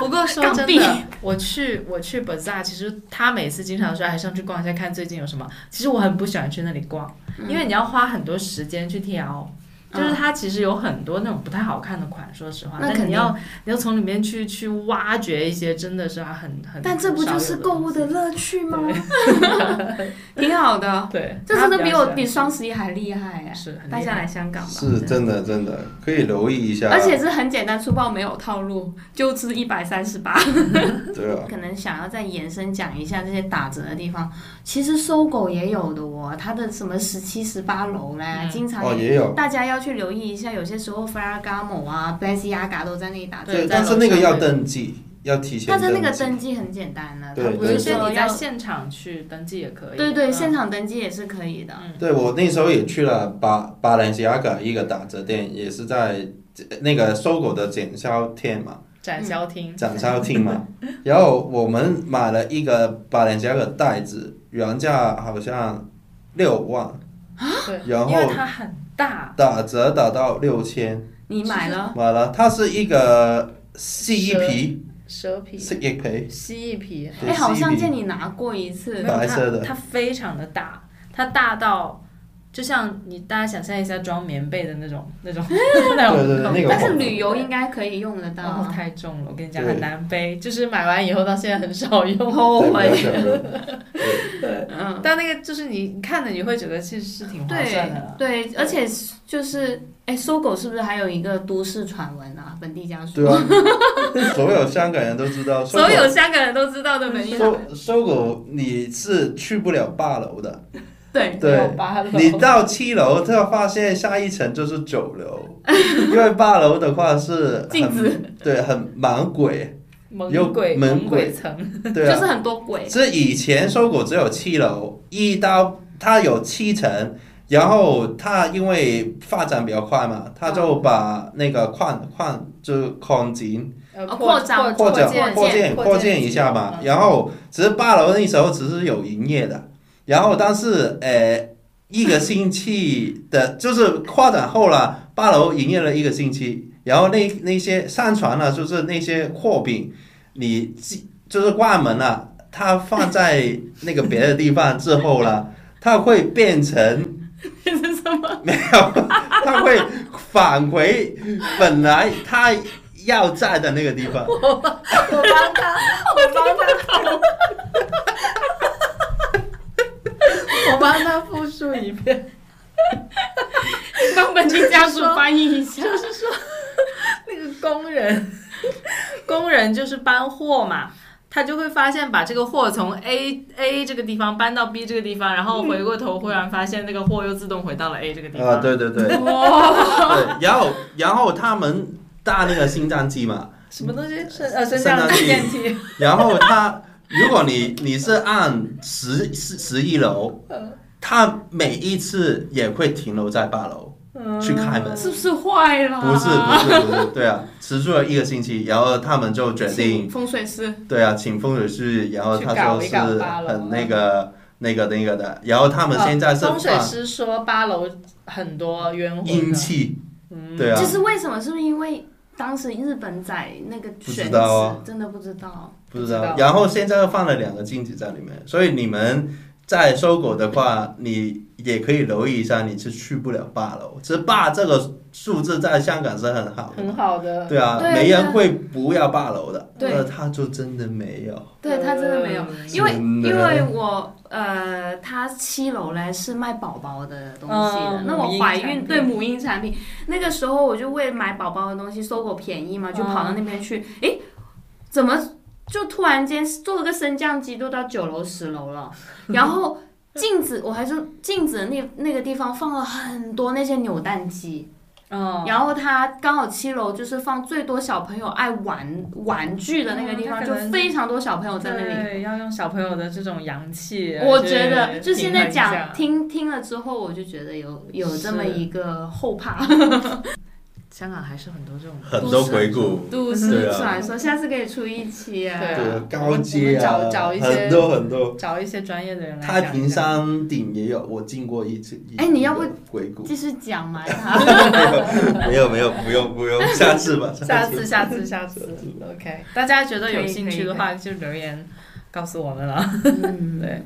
不过 说
港
真
币
的，我去我去 Bazaar，其实他每次经常说还上去逛一下，看最近有什么。其实我很不喜欢去那里逛，
嗯
因为你要花很多时间去挑。就是它其实有很多那种不太好看的款，说实话，
那
但
肯
你要你要从里面去去挖掘一些真的是啊很很，
但这不就是购物的
很少有
乐趣吗？
东西？
挺好的，
对对，
这真的比我
它
比
较喜
双十一还厉害哎
欢！是很
大
厉
家
害
来香港吧，
是啊真的，真的可以留意一下。
而且是很简单粗暴，没有套路，就是一百三十八。
对啊，
可能想要再延伸讲一下这些打折的地方，其实搜狗也有的哦，它的什么十七、十八楼嘞，
嗯
经常
哦也有，
大家要去留意一下，有些时候 Ferragamo 啊、Balenciaga 都在那里打折。
对
但是
在楼
那个
上
要
会
登记，要提前
但是
登
那个
记。
登记很简单的，
对
它不
有一
是
些
说
你在
要
现场去登记也可以。
对对，
嗯
现场登记也是可以的。
对我那时候也去了巴巴兰西亚港一个打折店，也是在那个搜狗的展销店嘛，
展
嗯
销厅，
展销厅嘛。然后我们买了一个巴兰西亚的袋子，原价好像六万，
对，
然
因为
后
它很大，
打折打到六千。
你买了
买了，它是一个蜥蜴皮，
蛇皮、
蜥蜴皮，
蜥蜴皮，
对
哎，好
蜥蜴
像
皮
见你拿过一
没
次
有
白色
它
的
它非常的大，它大到就像你大家想象一下装棉被的 那种那种那种
对对对那个
但
我
是旅游应该可以用得到
哦，
啊，
太重了，我跟你讲
对
很难背，就是买完以后到现在很少用。
后
对不要
悔。
想着哦
嗯，
但那个就是你你看着你会觉得其实是挺划算的
对
了。
对，而且就是哎，搜狗是不是还有一个都市传闻啊？本地江苏，
对啊， 所有香港人都知道，搜
所
狗
有香港人都知道的本地传闻。
搜搜狗你是去不了八楼的，
对，
对
有八楼
你到七楼，他发现下一层就是九 楼，因为八楼的话是很
镜子，
对，很蛮鬼，有
猛鬼
猛
猛鬼
鬼
层，
对
就是
啊。
很多鬼。
这以前搜狗只有七楼，一到它有七层，然后它因为发展比较快嘛，它就把那个矿矿就是矿井
呃
哦
扩
扩张
扩展
建
扩建
扩
扩建一下嘛。
嗯
然后只是八楼那时候只是有营业的，然后但是呃一个星期的，就是扩展后了，八楼营业了一个星期，然后那那些上传了，就是那些货品，你寄就是挂门了、它放在那个别的地方之后了，它会变成。
是什么？
没有，它会返回本来它要在的那个地方。
我帮他，我帮他，
我帮他复述一遍。
帮本地家属翻译一下。
那个工人， 工人就是搬货嘛，他就会发现把这个货从 A A 这个地方搬到 B 这个地方，然后回过头忽然发现那个货又自动回到了 A 这个地方。
啊，对对 对，对，然后然后他们搭那个新战机嘛，
什么东西？升呃升
升
降
降
机
机
电梯。
然后他如果你你是按十十十一楼，他每一次也会停留在八楼去开门，
嗯
是不是坏了？
不是不是不是，对啊，持续了一个星期，然后他们就决定
请风水师，
对啊，请风水师，然后
去
他
搞
说
一
是
搞八楼
很那个那个那个的，然后他们现在是
哦风水
放
师说八楼很多冤魂
阴
的，
气，
嗯
对啊
就，是为什么？是不是因为当时日本仔那个选
不知
址、
道啊
真的不知道？
不知
不知
道
道。
然后现在又放了两个镜子在里面，所以你们在搜狗的话，你也可以留意一下，你是去不了八楼。这八这个数字在香港是很好的，
很好的。
对啊，
对啊
没人会不要八楼的，
对
那他就真的没有。
对他真的没有，
嗯
因为
真的
因为我呃，他七楼嘞是卖宝宝的东西的，
嗯
那
母
我
婴
怀
产
孕
品
对母婴产品，那个时候我就为买宝宝的东西搜狗便宜嘛，就跑到那边
嗯
去，诶，怎么就突然间做了个升降机都到九楼十楼 了，然后。镜子，我还说镜子的那那个地方放了很多那些扭蛋机，
嗯，
然后他刚好七楼就是放最多小朋友爱玩玩具的那个地
嗯
方，
他
就
可能
非常多小朋友在那里。
对，要用小朋友的这种阳气。
我觉得就现在
平衡
讲
一下
听听了之后，我就觉得有有这么
是
一个后怕。
香港还是很多这种
很多鬼故，
都
对
市
啊
传说，下次可以出一期啊。
对啊
高阶
我
啊
们，找找一些
很多很多。
找一些专业的人来
太
讲一
平
讲。
山顶也有，我进过一次。
哎你要不
一个鬼故？
继续讲 嘛，他
没有没有，不用不用，下次吧，
下
次
次，下次，下次，OK。大家觉得有兴趣的
可
话，就留言告诉我们了。
嗯
对，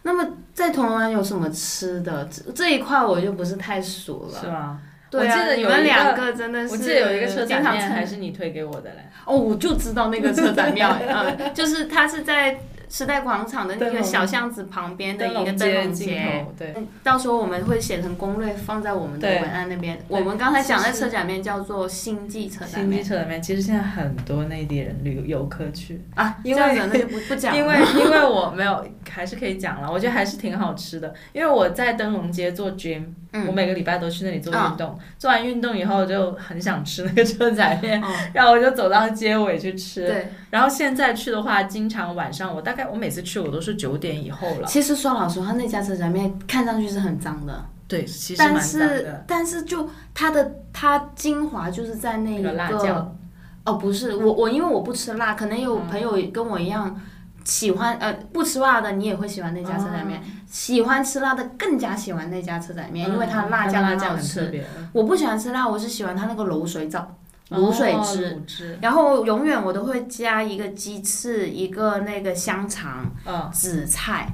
那么在铜锣湾有什么吃的？这这一块我就不是太熟
是
了。
吗？
对啊
我记得
你
有一个
们两个真的是，
我记得有一个车
经
展
常
店
蹭
还是你推给我的嘞，
哦，我就知道那个车展庙，嗯，就是它是在时代广场的那个小巷子旁边的一个灯笼
镜
节。
头，对，
嗯到时候我们会写成攻略放在我们的
对
文案那边。我们刚才讲的车展面叫做星际车展
新机
面
车里面其实现在很多内地人旅游客去，
啊，
因为
这样子那就不不讲了。
因为因为我没有还是可以讲了，我觉得还是挺好吃的，因为我在灯笼街做 gym，我
嗯，
每个礼拜都去那里做
啊
运动，做完运动以后就很想吃那个车仔面，
哦
然后我就走到街尾去吃。
对，
然后现在去的话，经常晚上我大概我每次去我都是九点以后了。
其实说老实话，那家车展面看上去是很脏的，
对，其实蛮
但
脏
是呃
的。
但是就它的它精华就是在那一
那
个
个辣椒嗯
哦，不是我我因为我不吃辣，可能有朋友跟我一样喜欢呃不吃辣的，你也会喜欢那家车仔面；喜欢吃辣的更加喜欢那家车仔面，因为它的辣
哦嗯
酱
辣
很好
很特
吃。
别，
我不喜欢吃辣，我是喜欢它那个卤水饺、
哦
卤水汁。
嗯卤汁，
然后永远我都会加一个鸡翅，一个那个香肠、
嗯，
紫菜，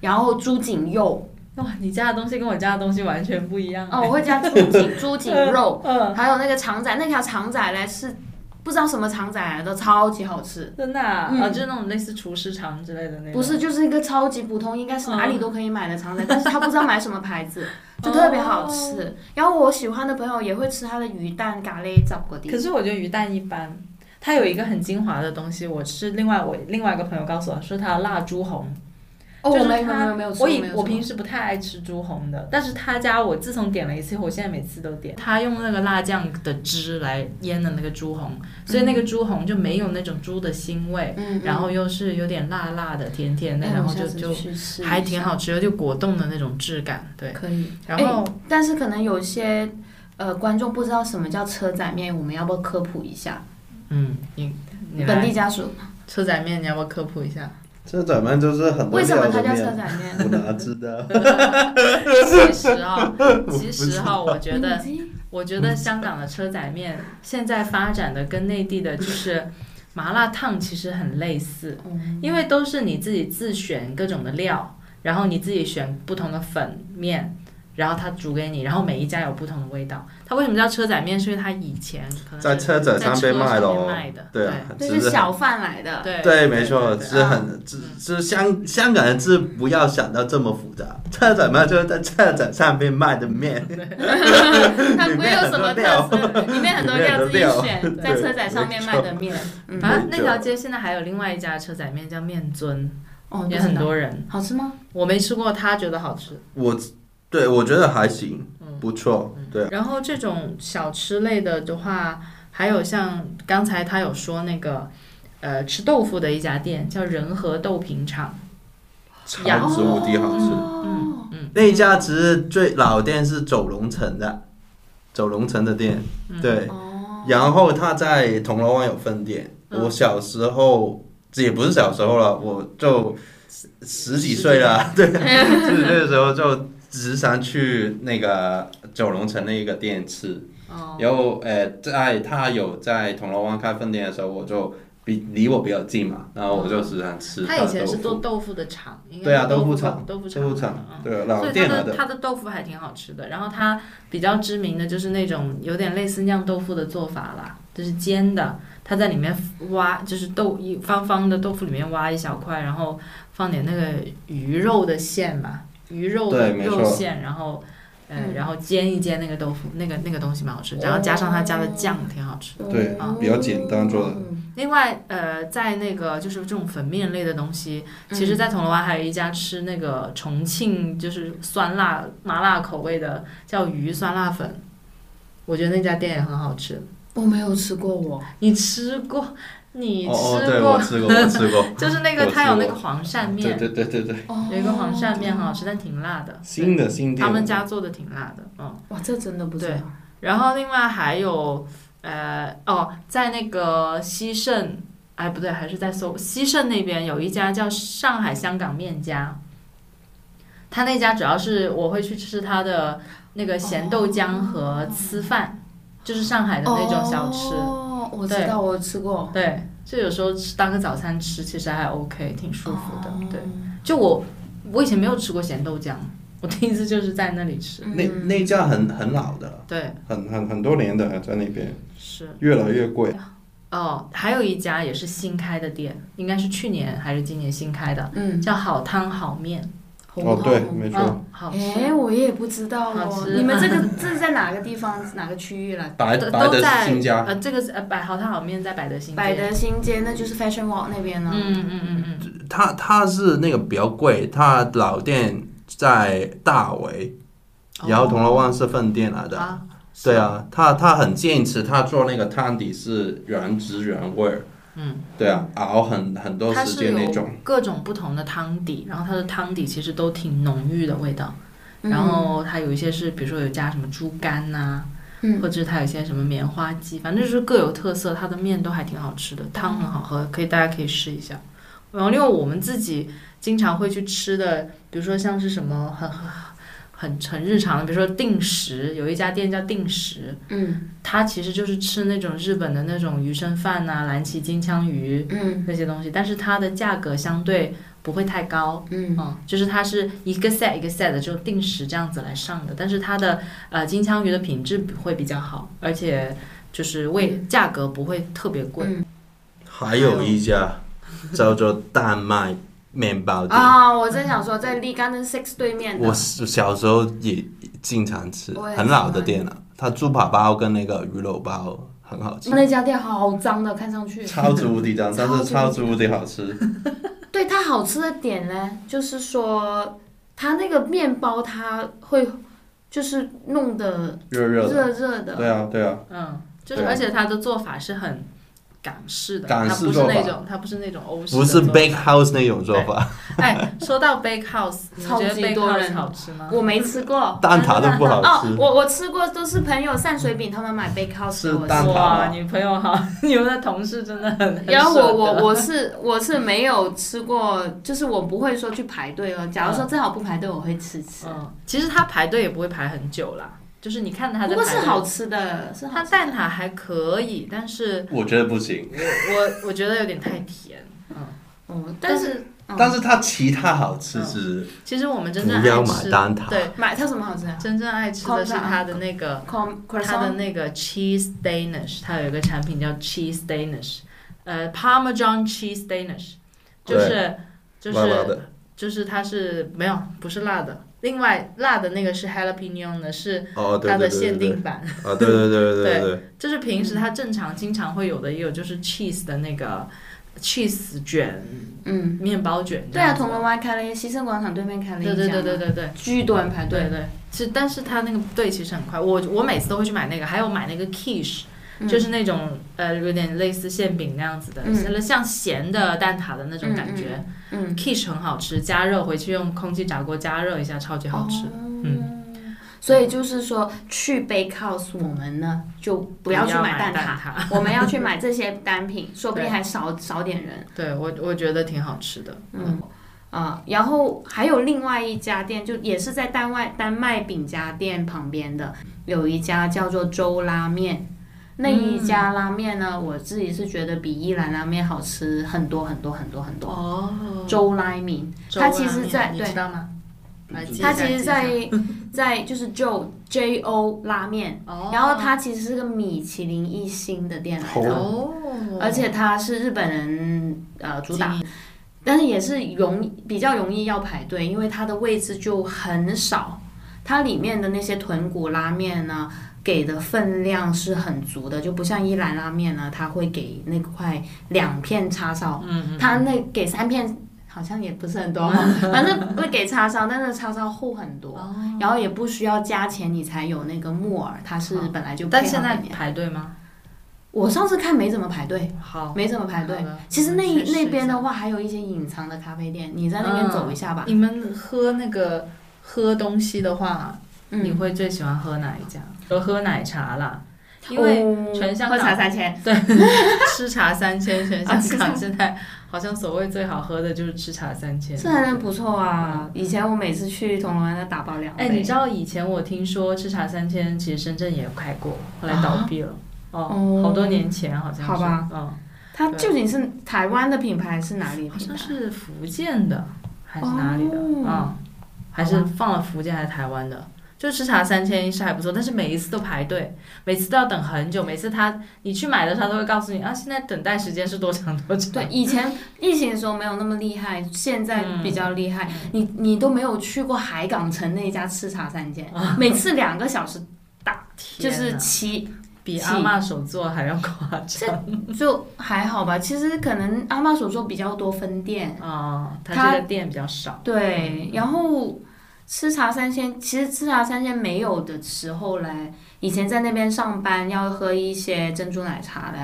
然后猪颈肉，
哇，你家的东西跟我家的东西完全不一样。
哦，我会加猪 颈猪颈肉，
嗯，
还有那个肠仔，那条肠仔嘞是不知道什么肠仔来的，超级好吃。
真的啊，
嗯
啊就是那种类似厨师肠之类的那种。
不是，就是一个超级普通，应该是哪里都可以买的 肠仔，但是他不知道买什么牌子，就特别好
哦
吃。然后我喜欢的朋友也会吃他的鱼蛋咖喱炸锅
可
底，
是我觉得鱼蛋一般，它有一个很精华的东西，我是另外我另外一个朋友告诉我说它的辣猪红，
哦，
就是
我没有
它
没有没有吃，
我
没
以
有吃
我平时不太爱吃猪红的，但是他家我自从点了一次以后，我现在每次都点。他用那个辣酱的汁来腌的那个猪红，所以那个猪红就没有那种猪的腥味，
嗯嗯，嗯
然后又是有点辣辣的、甜甜的，
哎
然
我
后
下
就
次
就
去试一
还
下
挺好吃的，就果冻的那种质感。对，
可以。
然
哎
后
但是可能有些呃观众不知道什么叫车仔面，我们要不要科普一下？
嗯，你你
本地
来
家属
车仔面，你要不要科普一下？
车仔面就是很多
为什
料
么它
的
叫车
面，
仔面？
我哪知道？
其实 啊、其实哈、我 觉得
你你
我觉得香港的车仔面现在发展的跟内地的就是麻辣烫其实很类似，
嗯
因为都是你自己自选各种的料，然后你自己选不同的粉面。然后它煮给你，然后每一家有不同的味道。它为什么叫车仔面？是因为它以前可能
在
是
车仔上
呃在车
被卖
上
的
面
哦
卖的，
对
对
啊，
这
只
是
是
小贩来 的，
对
对，没错，
对嗯
是很，这这香香港的字不要想到这么复杂，车仔面就是在车仔上面卖的面，
嗯
它没有什么特色，里面很多料自己
里
选，在车仔上面卖的面，嗯，
反正那条街现在还有另外一家车仔面叫面尊，
哦，
也
不知
很
啊
道，
多人。
好吃吗？
我没吃过，他觉得好吃。
我 对我觉得还行，
嗯
不错，对，
然后这种小吃类的的话，还有像刚才他有说那个，呃，吃豆腐的一家店叫仁和豆品厂，
超级无敌好吃。
哦，
嗯那一家其实最老店是走龙城的，走龙城的店，
嗯
对，
哦，
然后他在铜锣湾有分店。
嗯
我小时候也不是小时候了，我就十十几岁了，对，十几岁的时候就时常去那个九龙城那个店吃。
哦
然后呃，在他有在铜锣湾开分店的时候，我就比离我比较近嘛，然后我就时常吃
哦他
的
以前是
豆
做
腐
豆腐的厂，应该
对啊
是豆
豆腐厂
豆腐厂，
豆腐厂，
嗯
对
所
老
以他
店来
的
呃的，
他的豆腐还挺好吃的，然后他比较知名的就是那种有点类似酿豆腐的做法啦，就是煎的，他在里面挖就是豆一方方的豆腐里面挖一小块，然后放点那个鱼肉的馅嘛，鱼肉的
对没错
肉馅，然后呃
嗯
然后煎一煎那个豆腐，那个那个东西蛮好吃，然后加上他加的酱挺好吃的。
对
哦
嗯
比较简单做的
另外呃，在那个就是这种粉面类的东西，其实，在铜锣湾还有一家吃那个重庆就是酸辣麻辣口味的，叫鱼酸辣粉，我觉得那家店也很好吃。
我没有吃过，我
你吃过？你吃
哦哦，对
过？
我吃过，我吃 过，
就是那个
我吃
它有那
过啊
个黄鳝
对
面，
对对对对，
有一个黄鳝面很好吃，但挺辣的。
新的新
对
店，
他们家做的挺辣的，嗯。
哇，这真的不知
对
道。
然后另外还有，呃，哦，在那个西盛，哎，不对，还是在搜西盛那边有一家叫上海香港面家，他那家主要是我会去吃他的那个咸豆浆和粢饭，就是上海的那种小吃。
哦，我知
对
道，我吃过，
对，就有时候吃当个早餐吃，其实还 OK，挺舒服的。
哦
对，就我我以前没有吃过咸豆浆，我第一次就是在那里吃。
那那家很很老的了，
对，
很很很多年的了在那边，
是。
越来越贵。
哦，还有一家也是新开的店，应该是去年还是今年新开的，
嗯，
叫好汤好面，
哦，对，没错，
嗯，好
哎，
吃。
我也不知道
好
哦。
吃
你们这 个这是在哪个地方、哪个区域了？
白
都
白
都
的
在
新家，
呃，这个是呃，百好汤好面在百德新街
百德新街，那就是 Fashion Walk 那边呢。
嗯嗯嗯嗯，
它它是那个比较贵，它老店在大围，然后铜锣湾是分店来的。
啊，
对啊，他他很坚持，他做那个汤底是原汁原味儿。嗯，对啊，熬很很多
它
时
是
间那
有
种。
各种不同的汤底，然后它的汤底其实都挺浓郁的味道，
嗯
然后它有一些是比如说有加什么猪肝啊呐、
嗯
或者它有一些什么棉花鸡，反正就是各有特色。它的面都还挺好吃的，汤很好喝，可以大家可以试一下。然后另外我们自己经常会去吃的，比如说像是什么很 很很很日常的，比如说定时，有一家店叫定时，
嗯
它其实就是吃那种日本的啊那种鱼生饭呐、蓝鳍金枪鱼
嗯
那些东西，但是它的价格相对不会太高，
嗯
嗯，就是它是一个 set 一个 set 的，就定时这样子来上的，但是它的呃金枪鱼的品质会比较好，而且就是味、价格不会特别贵。
嗯
还有一家叫做丹麦面包店，
啊，我正想说，在立竿跟 Six 对面的
我小时候也经常吃，
我也
很老的店了、啊它猪扒包跟那个鱼肉包很好吃，
那家店好脏的，看 上去。
超级无敌脏，但是超级无敌好吃。
对它好吃的点呢，就是说它那个面包它会就是弄得
热热的。
热热的，
对啊，对啊，
嗯，就是
对
而且它的做法是很港式的，
港
它
式
不是
做
那
法
种它不是那种欧式的
不是
做法
bake house 那种做法，
哎，说到 bake house，你们觉
超
得
级
bake
多人
house 好吃吗？
我没吃过。
蛋挞都不好
哦
吃，。
我我吃过，都是朋友散水饼，他们买 bake house 给
是
我
蛋挞
吃。
哇，
吗
女朋友好， 你们的同事真的很。很
然后我
舍得
我我是我是没有吃过，就是我不会说去排队了。假如说正好不排队，我会吃吃。
嗯，其实它排队也不会排很久啦，就是你看它
不
的。
过是好。吃的，是好
它
吃
蛋挞还可以，但是
我觉得不行，
我我觉得有点太甜。
嗯，但
但
是
是
嗯
但是它其他好吃
嗯
是
其实我们真
不
正爱吃，
要买蛋挞，
对，
买它什么好吃啊
真正爱吃的是它的那个
Com-
它的
croissant？
那个 cheese danish，它有一个产品叫 cheese danish，呃，parmesan cheese danish，就是就是
辣辣的，
就是它是没有不是辣的，另外辣的那个是 jalapeno 呢，是
哦，对
它
对
的
对
限
对，
定版，
啊，对对对对对
嗯
对，
就是平时它正常经常会有的，也有就是 cheese 的那个 cheese 卷
嗯，
面包卷这
对啊，
样子的，
铜锣湾开了一，西盛广场对面开了一家
对
嘛，
对对对对对。
巨多人排
对
队，
对，是，但是它那个队其实很快，我我每次都会去买那个，还有买那个 quiche，、
嗯
就是那种呃有点类似馅饼那样子的，
嗯
像咸的蛋挞的那种感觉。
嗯，
quiche 很好吃，加热回去用空气炸锅加热一下，超级好
哦
吃。
嗯，所以就是说去 bake house，我们呢就不要去
买
蛋
挞，
挞，我们要去买这些单品，说不定
对
还少少点人。
对我我觉得挺好吃的。
嗯啊、然后还有另外一家店，就也是在丹麦丹麦饼家店旁边的，有一家叫做周拉面。那一家拉面呢，
嗯
我自己是觉得比伊兰拉面好吃很多很多很多很多。
哦，
周拉面，
周
它
拉
其实
啊面
在
你
对
知道吗？来记一
它
下
其实
记一下
在 在就是 Joe J O 拉面，
哦，
然后它其实是个米其林一星的店来的，
哦，
而且它是日本人呃主打
经营，
但是也是容易比较容易要排队，因为它的位置就很少，它里面的那些豚骨拉面呢。给的分量是很足的，就不像伊兰拉面呢，它会给那块两片叉烧，嗯它那给三片好像也不是 很多，反正会给叉烧，但是叉烧厚很多，
哦
然后也不需要加钱你才有那个木耳，它是
好
本来就
但
配好
现在
给你的
排队吗？
我上次看没怎么排队，
好，
没怎么排队
好的。
其实那
我们去试一
那边
下
的话，还有一些隐藏的咖啡店，你在那边
嗯
走一下吧。
你们喝那个喝东西的话，你
嗯，
会最喜欢喝哪一家？我喝奶茶 啦，因为
为
全香
喝
港
茶三千，
吃茶三千，全
啊吃
香
茶
港现在好像所谓最好喝的就是吃茶三千。
这还真不错啊。以前我每次去铜锣湾都打包两杯。
哎，你知道以前我听说吃茶三千，其实深圳也开过，后来倒闭了。哦
哦，
好多年前好像是。
好吧
嗯，
它究竟是台湾的品牌是哪里的
好
品
像
牌？
是福建的还是哪里的？
哦
嗯，还是放了福建还是台湾的？就吃茶三千是还不错，但是每一次都排队，每次都要等很久。每次他你去买的时候，他都会告诉你啊，现在等待时间是多长多长。
对，以前疫情的时候没有那么厉害，现在比较厉害。
嗯
你你都没有去过海港城那一家吃茶三千，每次两个小时，就
啊天
是
哪
七
比
气
阿嬷手作还要 夸张
就还好吧。其实可能阿妈所说比较多分店，
啊！
哦
他、
它
这个店比较少，
对。然后吃茶三鲜，其实吃茶三鲜没有的时候嘞，以前在那边上班要喝一些珍珠奶茶嘞，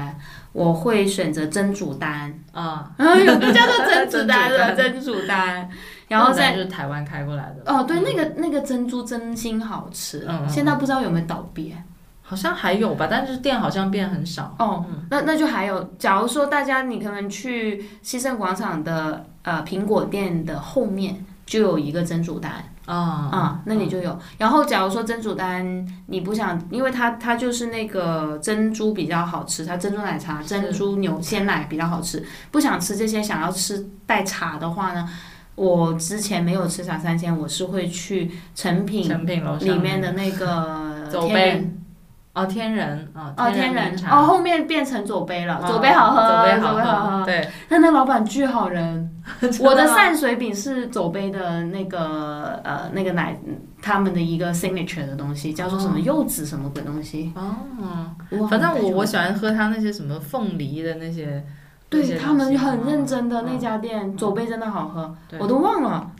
我会选择珍珠 丹，
啊，
啊，有个叫做珍珠丹 的
珍
珍珠丹，然后
那咱
再。
就是台湾开过来的
哦，对，那个那个珍珠真心好吃，
嗯嗯
现在不知道有没有倒闭。啊
好像还有吧，但是店好像变很少。
哦，
嗯
那那就还有，假如说大家你可能去西盛广场的呃苹果店的后面，就有一个蒸煮单
啊，
啊、那你就有。然后假如说蒸煮单你不想，因为它它就是那个珍珠比较好吃，它珍珠奶茶、珍珠牛鲜奶比较好吃。不想吃这些，想要吃带茶的话呢，我之前没有吃茶三鲜，我是会去成品
成品楼上
里面的那个
走
天人
哦天人啊
哦，天人哦，后面变成走杯了，走杯好喝，
走杯
好
好
喝。
对，
但那老板巨好人，
吗
我的散水饼是走杯的那个呃那个奶，他们的一个 signature 的东西，叫做什么柚子什么鬼东西。
哦，
哇
反正我我喜欢喝他那些什么凤梨的那些，那
对
些东西
他们很认真的
嗯
那家店，走杯真的好喝，
对
我都忘 了，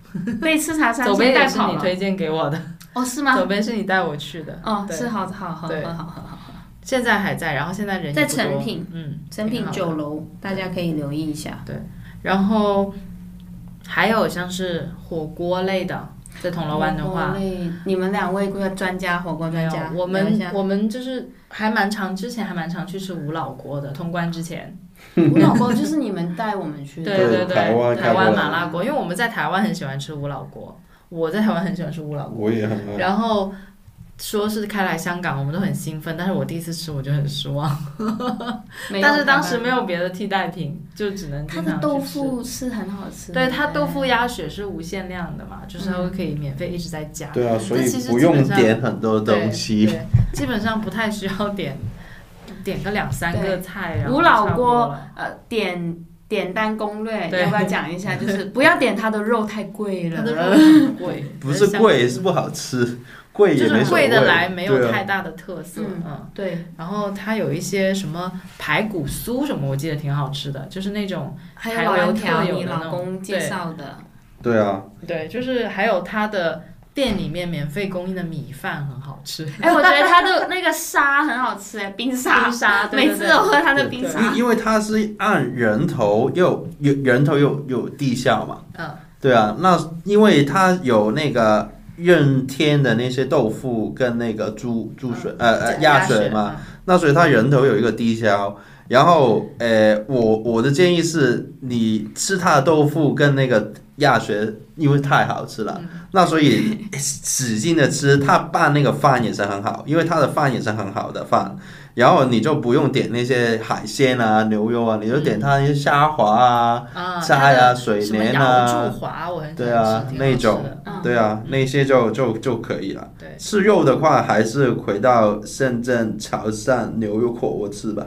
被吃茶三
走杯
鲜
也
带
是
跑
你
了。
推荐给我的，
哦，是 吗？
走杯是你带我去的，
哦，
对
是好好好喝
对
好喝好喝，
现在还在，然后现在人也
在
不多
成品，
嗯，
成
挺
品
好的
酒楼，
嗯
大家可以留意一下。
然后还有像是火锅类的，在铜锣湾的
火
话
锅，类，你们两位专家，火锅
没
专
有
家，，
我
聊一
们
下
我们就是还蛮常，之前还蛮常去吃吴老锅的，通关之前，
我老公就是你们带我们去的，
对对，
台湾
台
开过
湾
来
麻辣锅，因为我们在台湾很喜欢吃吴老锅，我在台湾很喜欢吃吴老锅，
我也很饿。
然后。说是开来香港，我们都很兴奋，但是我第一次吃我就很失望，
没有
但是当
台
时
湾
没有别的替代品，就只能
他
经
的
常
豆
去吃。
腐嗯是很好吃的，
对它豆腐鸭血是无限量的嘛，就是
嗯
它会可以免费一直在加。
对啊，所以
嗯但其实
不
基
用
本上
点很多东
对，
西。
对基本上不太需要点，点个两三个菜，然后
无老
差不
锅
多了。
呃点点单攻略
对
要不要讲一 下？就是不要点它的肉太贵
它的肉
了，
很贵，
不是贵，是不好吃，贵也
就
没
是
所谓。
贵的来没有
对啊
太大的特色，
嗯
嗯。
对，
然后它有一些什么排骨酥什么，我记得挺好吃的，就是那种
还有老油条，
台湾特有的
你
那种
老公介绍的，
对啊，
对，就是还有它的店里面免费供应的米饭很 好吃，
哎，我觉得它 的那个沙很好吃，哎，冰沙
冰，沙，对
每
对
次
对
都喝它的冰沙
因，因为它是按人头又有人头又有地效嘛，
嗯，
对啊，那因为它有那个任天的那些豆腐跟那个猪猪水、呃呃
嗯鸭
鸭水嘛，，那所以它人头有一个低消。然后，呃，我我的建议是，你吃它的豆腐跟那个鸭血，因为太好吃了，那所以使劲的吃。它拌那个饭也是很好，因为它的饭也是很好的饭。然后你就不用点那些海鲜啊、牛肉啊，你就点它那些虾滑
嗯
啊、
啊，
虾
它
呀、
的
水
什么
莲
瑶
啊
柱，滑，我很喜
对
欢
啊
吃，挺好
那
吃
种
的
嗯
对啊，那些就就就可以了。
对，
吃肉的话，还是回到深圳潮汕牛肉火锅吃吧。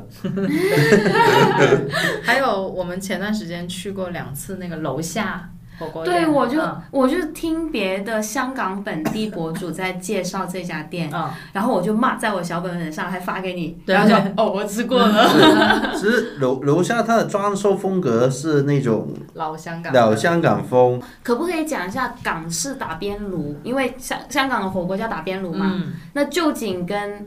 还有我们前段时间去过两次那个楼下火锅店，
对，我就
嗯
我就听别的香港本地博主在介绍这家店，
嗯
然后我就骂在我小本本上，还发给你，
对
然后说哦我吃过了，
其实楼楼下它的装修风格是那种
嗯
老香港
老香港风，
可不可以讲一下港式打边炉？因为香香港的火锅叫打边炉嘛，
嗯，
那旧井跟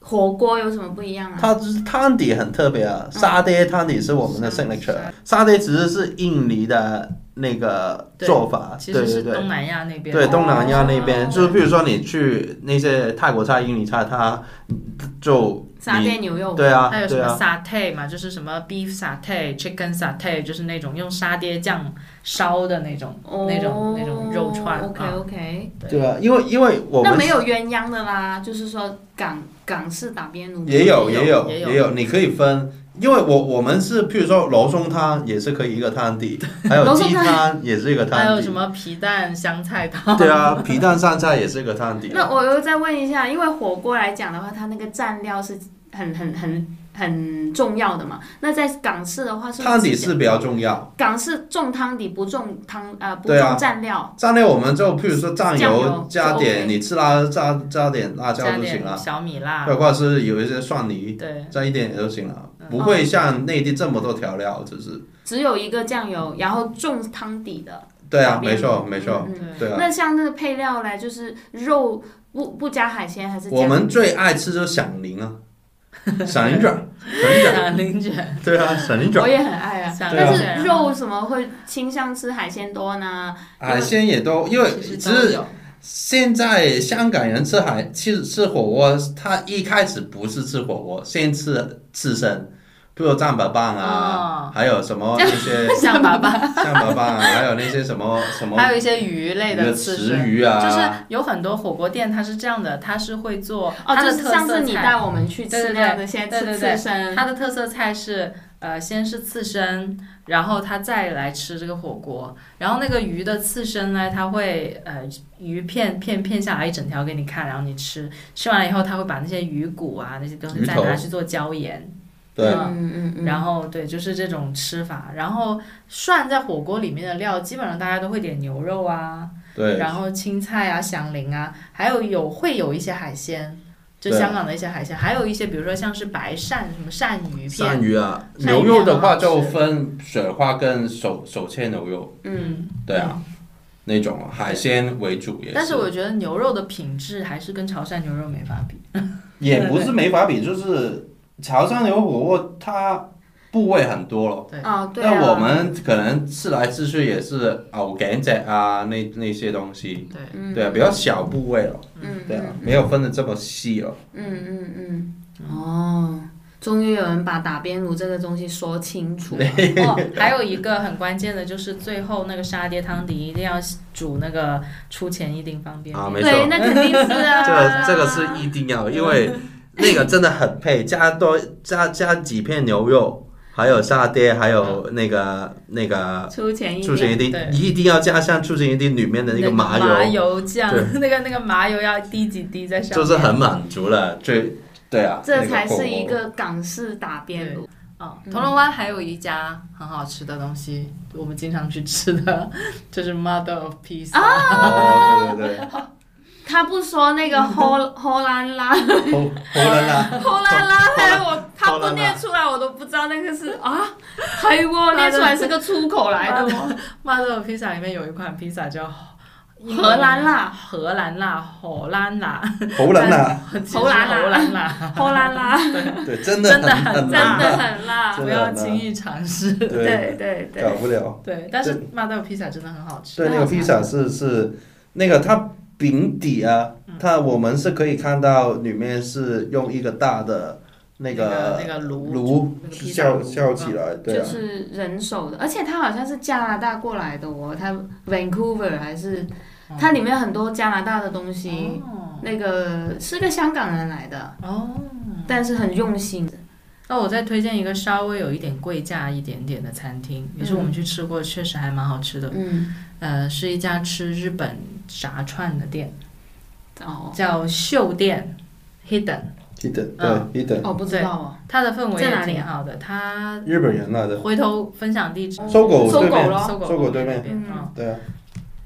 火锅有什么不一
嗯
样啊？
它就是汤底很特别啊，沙爹汤底是我们的
沙
signature，沙爹其实是印尼的那个做
嗯
法，
其
对对
实是
对。
东南亚那边
对
哦
东南亚那边，
哦
就是比如说你去那些泰国菜、印尼菜，它就
沙
你
爹牛肉，
对啊
还有什
对
么
啊，
satay 嘛，就是什么 beef satay、chicken satay，就是那种用沙爹酱烧的那种、
哦
那种那种肉串。
OK
啊
OK，
对啊，因为因为我
那
们
没有鸳鸯的啦，就是说港港式打边炉
也有
也
也
有
有
也有
也有，你可以分，因为我我们是譬如说罗宋汤也是可以一个汤底，还有
罗宋
鸡
汤
汤也是一个汤底，
还有什么皮蛋香菜汤？
对啊，皮蛋上菜也是个汤底。
那我又再问一下，因为火锅来讲的话，它那个蘸料是很很很很重要的嘛。那在港式的话是不
汤底
是
是比较重要，
港式重汤底不重汤呃不重
对啊
蘸料，
蘸料我们就譬如说酱
酱
油
油
加
就
点，
OK
你吃辣加加点辣椒
加
就行
点
了，
小米辣
或，或者是有一些蒜泥
对，
加一点也就行了，不会像内地这么多调料，就是
只有一个酱油，然后重汤底的。
对啊
方，便
没错没错，
嗯
对
对啊。
那像那个配料嘞，就是肉不不加海鲜还是加？
我们最爱吃就是响铃啊，响铃卷儿，响 铃卷儿，
响铃卷，
对啊，响铃卷
我
儿，
也很爱啊。
响
对啊
但
铃
是
卷，
肉什么会倾向吃海鲜多呢？
海鲜啊也都，因为
嗯其
其
实都
实
有，
现在香港人吃海吃吃火锅，他一开始不是吃火锅，先吃刺身，譬如战板棒啊，
哦
还有什么那 些
像粑粑，
战板棒啊，还有那些什么什么
还有一些鱼类
鱼
的
的
刺
池
身。
鱼啊，
就是有很多火锅店，它是这样的，它是会做
呃哦，
它
就
的
是
特
上
色
次你嗯
菜
带我们去
对
吃
对
那样
对
的，现在
对
吃
对
刺
对
身，
它的特色菜是呃，先是刺身，然后它再来吃这个火锅。然后那个鱼的刺身呢，它会呃鱼片片片下来一整条给你看，然后你吃。吃完了以后，它会把那些鱼骨啊那些东西
鱼
再
头
拿去做椒盐。
对
嗯
嗯嗯嗯，
然后对，就是这种吃法。然后涮在火锅里面的料，基本上大家都会点牛肉啊，
对
然后青菜啊、响铃啊，还有有会有一些海鲜。就
对
香港的一些海鲜，还有一些，比如说像是白鳝，什么鳝鱼
鳝
片
鱼啊，
鳝鱼片
牛肉的话
很好
就
吃
分雪花跟手手切牛肉，
嗯，
对啊，那种海鲜为主也
但是我觉得牛肉的品质还是跟潮汕牛肉没法比。
也不是没法比，就是潮汕牛火锅它部位很多了。
对
啊，对啊，
但我们可能吃来吃去也是牛颈脊啊，那那些东西，
对，
嗯
对啊，比较小部位了，
嗯
对啊，没有分的这么细了。
嗯嗯嗯，哦，终于有人把打边炉这个东西说清楚 了。
哦，还有一个很关键的就是最后那个沙爹汤底一定要煮那个出前一定方便面。
啊没错
对，那肯定是啊。
这个 这个是一定要，因为那个真的很配，加多加加几片牛肉，还有沙爹，还有那个那个
出钱一
醋
点
心一丁
对，
你一定要加上醋心一丁里面的那个麻油，
麻油酱
对，
那个那个麻油要滴几滴在上
就
面，
是很满足了。最对啊，
这才是
那
一
火锅
个港式打边炉。
哦，铜锣湾还有一家很好吃的东西，我们经常去吃的， 就是 Mother of Peace 啊，
哦，对对对，
他不说那 个荷荷兰拉，
好好了啦，
荷兰拉，还有我他
荷
不
兰拉
念出来，我都不知道那个是 啊，还有我念出来是个出口来的哦。
Mother of Pizza 里面有一款披萨叫英文
荷兰辣，
荷兰辣，荷兰辣，
好了啦，
荷
兰辣
荷兰辣，
荷兰 拉，
对，真
真的
很
很
很
真
辣
的很 辣。
真
不
的
要
很辣
轻易尝试。
对对啊对，
搞不了。
对，但是马豆披萨真的很好吃。
对，那个披萨是是那个它饼底啊，它我们是可以看到里面是用一个大的那个
那个那个炉
炉
那个披萨
吊
炉嗯
吊起来，对
就
啊，
是人手的，而且他好像是加拿大过来的哦，他 Vancouver 还是
哦
它里面很多加拿大的东西，
哦
那个是个香港人来的，
哦，
但是很用心的。
那我再推荐一个稍微有一点贵价一点点的餐厅，
嗯
也是我们去吃过，确实还蛮好吃的。
嗯，
呃，是一家吃日本炸串的店，
哦
叫秀店 Hidden，
一等
嗯
对一等
哦，不知道哦，
它的氛围
在
也
哪里
挺
啊
好的。它
日本人来的，
回头分享地址，
搜狗
搜
对
狗
面，
咯
搜狗
搜狗对面
那边
嗯
嗯
对啊，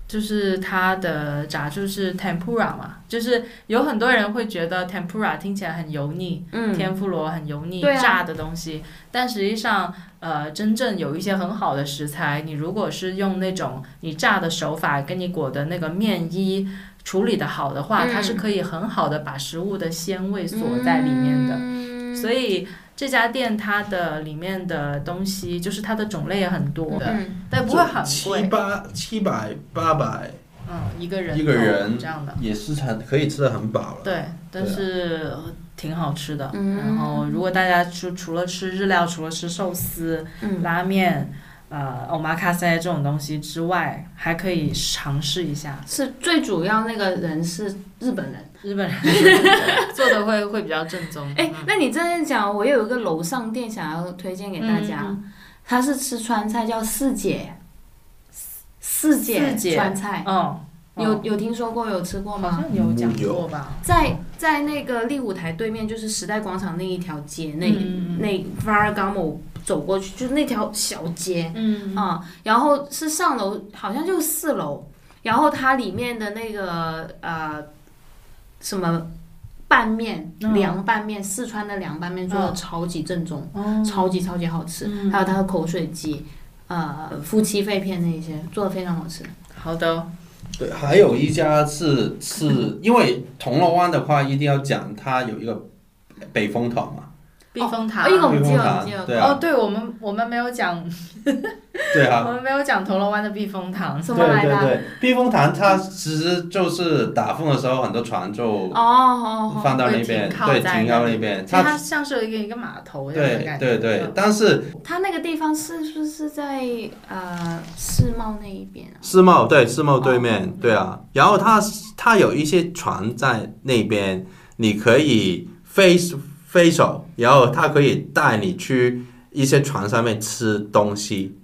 就是它的炸就是 tempura 嘛，就是有很多人会觉得 tempura 听起来很油腻，
嗯，
天妇罗很油腻、
对啊
炸的东西，但实际上，呃，真正有一些很好的食材，你如果是用那种你炸的手法跟你裹的那个面衣处理的好的话，
嗯
它是可以很好的把食物的鲜味锁在里面的。
嗯
所以这家店它的里面的东西，就是它的种类也很多的，
嗯
但不会很
七
贵。
八七百八百
嗯，一个人
一个
头
人
这样的。
也是很可以吃的很饱了，
对，但
对啊
是呃挺好吃的。
嗯
然后，如果大家除除了吃日料，除了吃寿司、
嗯，
拉面、呃 omakase 这种东西之外，还可以尝试一下
是最主要那个人是日本人。
日本人 做的会会比较正宗。
哎，那你这样讲，我有一个楼上店想要推荐给大家，他是吃川菜，叫四姐，四姐哦
四姐
川菜，
嗯，嗯，
有有听说过，有吃过
好
吗？
像有
嗯
讲
有
过吧？
在在那个立舞台对面，就是时代广场那一条街，那、
嗯嗯嗯
那 Faragamo 走过去，就是那条小街
嗯，
啊、然后是上楼，好像就是四楼，然后它里面的那个呃什么拌面、
嗯
凉拌面，四川的凉拌面做的超级正宗，
哦
超级超级好吃，
嗯
还有它的口水鸡。呃，夫妻肺片那些做的非常好吃，
好的，
对，还有一家是 是因为铜锣湾的话，一定要讲它有一个北风堂嘛，
避风塘。
哎呦，我们
避
记
风
了，我
塘
们记了。
对啊
哦，对，我们我们没有讲，
对
我
啊，
们没有讲铜锣湾的避风塘。
怎
对
么来
对
的？
对，避风塘它其实就是打风的时候，很多船就
嗯
哦哦哦，
放到那边，
会停靠
对，
在
停靠
那
那边，
其实它像是一个一个码头这样的
对
感觉。
对对
嗯，
但是
他那个地方是不是在呃世贸那一边啊？
世贸对世贸对面，对啊。然后它它有一些船在那边，你可以飞飞手，然后它可以带你去一些船上面吃东西。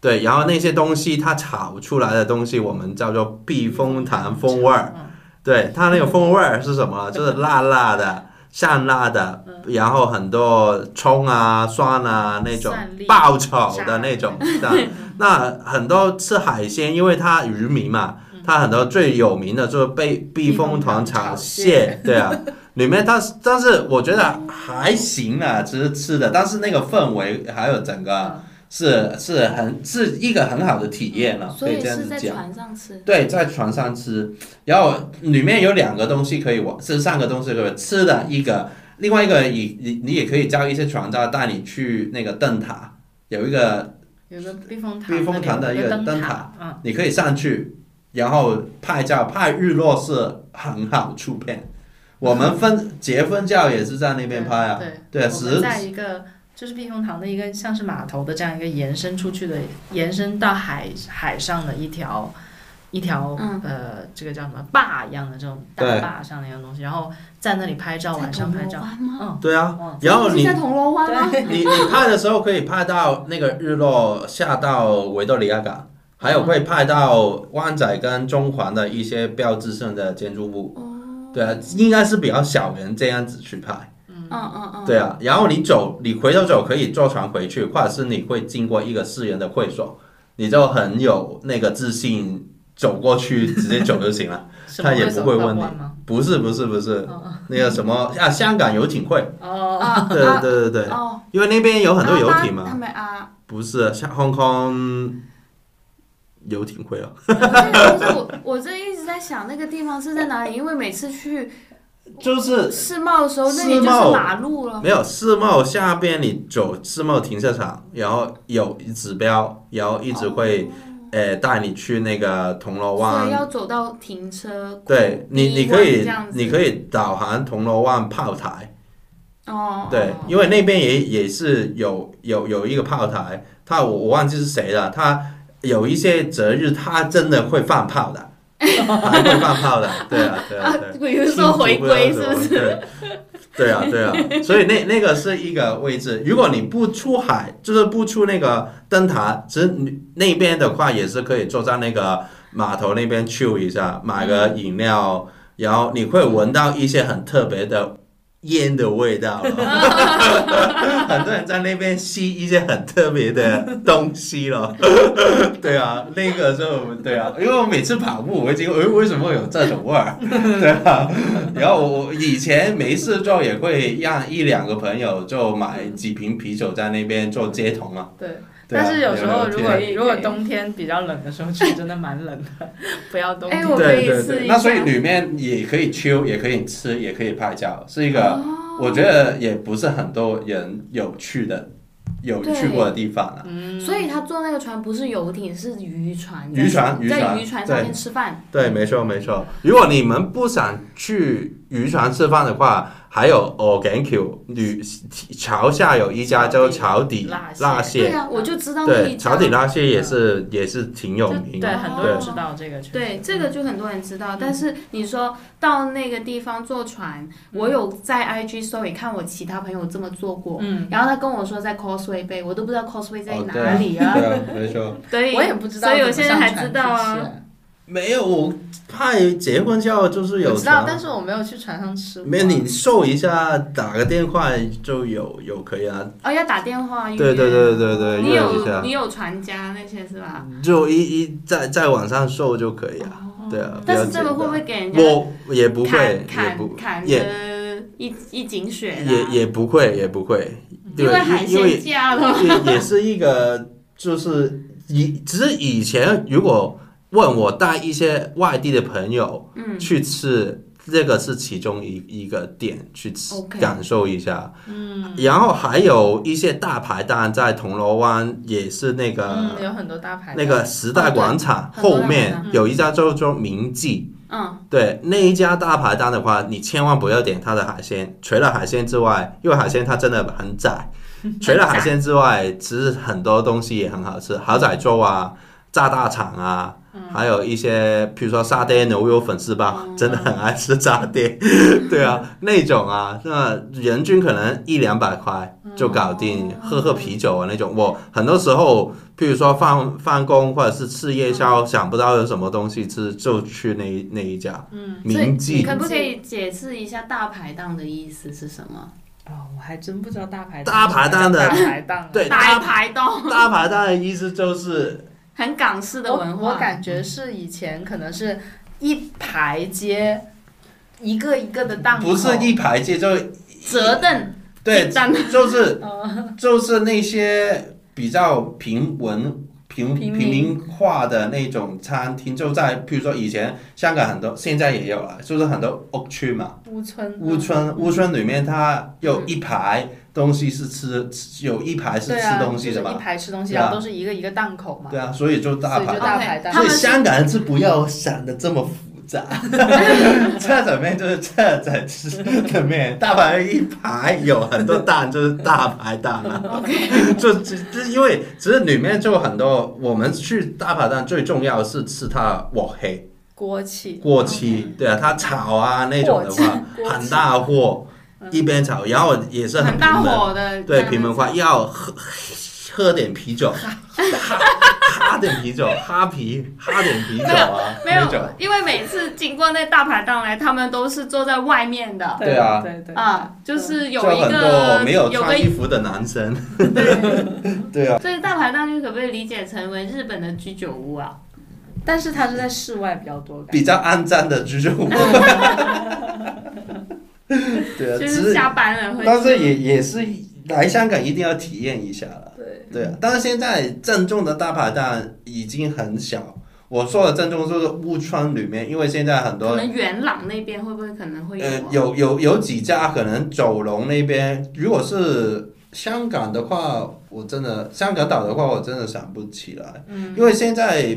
对，然后那些东西它炒出来的东西，我们叫做避风塘风味儿。
嗯
对，它那个风味儿是什么？就是辣辣的、香辣的，然后很多葱啊、蒜啊那种
蒜粒
爆炒的那种。对那很多吃海鲜，因为它渔民嘛，它很多最有名的就是被避风塘炒蟹，对啊，里面它但是我觉得
还行啊，其实吃的，但是那个氛围还有整个是是很是一个很好的体验
啊
嗯
了，
嗯所
可以
以
这样
是
子
在
讲。
船上吃。
对，在船上吃，然后里面有两个东西可以玩，是三个东西可以吃的一个，另外一个你你你也可以叫一些船家带你去那个灯塔，有一个
有个避风塘，
避风塘的一
有
个
灯
灯
塔
塔，
嗯，
你可以上去，然后拍照拍日落是很好出片。我们婚结婚照也是在那边拍啊，
对
对啊，
我
十
们在一个就是避风塘的一个像是码头的这样一个延伸出去的，延伸到海海上的一条一条、
嗯
呃，这个叫什么坝一样的这种大
对
坝上的一样东西，然后在那里拍照，晚上拍
在铜
照
锣，湾吗？
嗯，
对啊，
哦，
然后
是
你
在铜锣湾吗？
你你拍的时候可以拍到那个日落下到维多利亚港，还
嗯
有会拍到湾仔跟中环的一些标志性的建筑
哦
物。对啊，应该是比较少人这样子去拍。
嗯嗯嗯。
对啊，然后你走，你回头走可以坐船回去，或者是你会经过一个私人的会所，你就很有那个自信走过去直接走就行了。
什么
他也
走
不会
到
问你
关吗？
不是不是不是，
哦
那个什么啊，香港游艇会，
哦，
啊
对
啊
对对对，
哦，
因为那边有很多游艇
啊
嘛，
他们啊，
不是像 Hong Kong 游艇会哦，
不是我，啊我这一直在想那个地方是在哪里，因为每次去
就是
世贸的时候，那里就
世
是
贸
马路了。
没有世贸下边你走世贸停车场，然后有指标，然后一直会、呃带你去那个铜锣
哦所以
湾。
要走到停车库。
对你，你
第一
可
关
以
这样，子
你可以导航铜锣湾炮台，
哦，
对，因为那边也也是有有有一个炮台，他我我忘记是谁了，他有一些节日他真的会放炮 的，还会放炮的，对啊，对啊，对啊。
比如说回归是不是？
是？对啊，对啊，所以那那个是一个位置。如果你不出海，就是不出那个灯塔，其实你那边的话也是可以坐在那个码头那边 chill 一下，买个饮料，然后你会闻到一些很特别的烟的味道了。很多人在那边吸一些很特别的东西了。 对啊，那个就对啊，因为我每次跑步我会经过，哎，为什么有这种味儿？ 对啊，然后我我以前没事做也会让一两个朋友就买几瓶啤酒在那边做街童啊。
对。
对啊
但是有时
聊
候，
聊
如
天
果
可以
如果冬天比较冷的时候去，真的蛮冷的， 不要冬
哎
天。
我可
对
以
对
试一
对，
下
那所以里面也可以 chill，也可以吃，也可以拍照，是一个
哦
我觉得也不是很多人有去的、有
对
去过的地方啊。
嗯，
所以他坐那个船不是游艇，是渔船。
渔船渔船
在渔船上面吃饭。
对，没错没错。如果你们不想去渔船吃饭的话，还有 Organic 旅桥下有一家叫
潮
潮
底
底
辣
辣
蟹
蟹
对，啊，我就知道那一
对，
家
潮。底辣蟹也是也是挺有
就
名
对
的。
很多人知道这个，确实
对，
嗯
这个就很多人知道，但是你说到那个地方坐船，我有
嗯
在 IG story 看我其他朋友这么做过，
嗯，
然后他跟我说在 Causeway Bay，我都不知道 Causeway 在
哦对
哪
啊
里啊，
对啊，没错。
所以
我也不知道，
所以我现在还知道啊。
没有，我拍结婚照就是有
我知道，
船
但是我没有去船上吃过。
没有你搜一下，打个电话就有有可以啊。
哦要打电话预约，
对对对对对，
你
约一
有
下
你，有船家那些是吧？
就一一在在网上搜就可以啊。对啊，
哦但是
比
这
较
个会
简
不会给人
单
家
我也不会
砍，
也不
砍砍
也
的一一井水啦？
也也不会，也不会，对
因为海
因
鲜
为
价了。
也也是一个，就是以只是以前如果问我带一些外地的朋友
嗯
去吃这个是其中一一个点去
OK
感受一下。嗯，然后还有一些大排档在铜锣湾也是那个、
嗯，有很多大牌
呃那个时代广场
哦对
后面
很多
有一家叫做明记，
嗯，
对那一家大排档的话，你千万不要点它的海鲜，除了海鲜之外，因为海鲜它真的很窄，除了海鲜之外，其实很多东西也很好吃，蚝仔粥啊、炸大肠啊。还有一些，比如说沙爹牛油粉丝包，真的很爱吃炸爹， 对啊，那种啊，那人均可能一两百块就搞定，喝喝啤酒啊那种。我很多时候譬如说放放工或者是吃夜宵，想不到有什么东西吃，就去那一那一家。嗯，铭
所以你
记
可不可以解释一下大排档的意思是什么？
哦，我还真不知道大排
大排档的
大排档
对
大
大
排档，
大排档的意思就是
很港式的文
我。
化。
我感觉是以前可能是一排街，一个一个的档口，
不是一排街就
折凳，
对
一，张
就是就是那些比较平文。平
平
平
民
民化的那种餐厅，就在譬如说以前香港很多，现在也有了，就是很多屋区嘛，
乌村
乌村，乌村里面它有一排东西是吃，吃有一排是
对
吃
啊，
东西的
就是一
嘛，
排吃东西，
对啊
然后都是一个一个档口嘛。
对啊，所以就大
所以
排
就大
OK，
排档
他
所以
们
香港人是不要想的这么复杂，车仔面就是车仔吃的面，大排一排有很多蛋就是大排档啊。就只只因为其实里面就有很多，我们去大排档最重要的是吃它的镬黑
锅气，
过期，对啊，它炒啊那种的话
锅气
很大火，一边炒，然后也是
很
平
大
稳
火的，
对，平民化要喝喝点啤酒，哈哈点啤酒，哈啤哈点啤酒啊，
没
那种
有，因为每次经过那大排档来，他们都是坐在外面的
对啊
对对，
啊，就是有
就
一
很多
个
没有
个
穿衣服的男生，对啊，
所以大排档就可不可以理解成为日本的居酒屋啊？
但是它是在室外比较多，感觉
比较肮脏的居住屋， 对啊，
就
只
是
是
下班了会。
但是也也是来香港一定要体验一下了。
对，
对啊，但是现在正宗的大排档已经很小。我说的正宗就是乌川里面，因为现在很多
可能元朗那边会不会可能会有
呃
啊？
有有有几家可能九龙那边，如果是香港的话，我真的香港岛的话，我真的想不起来，
嗯
因为现在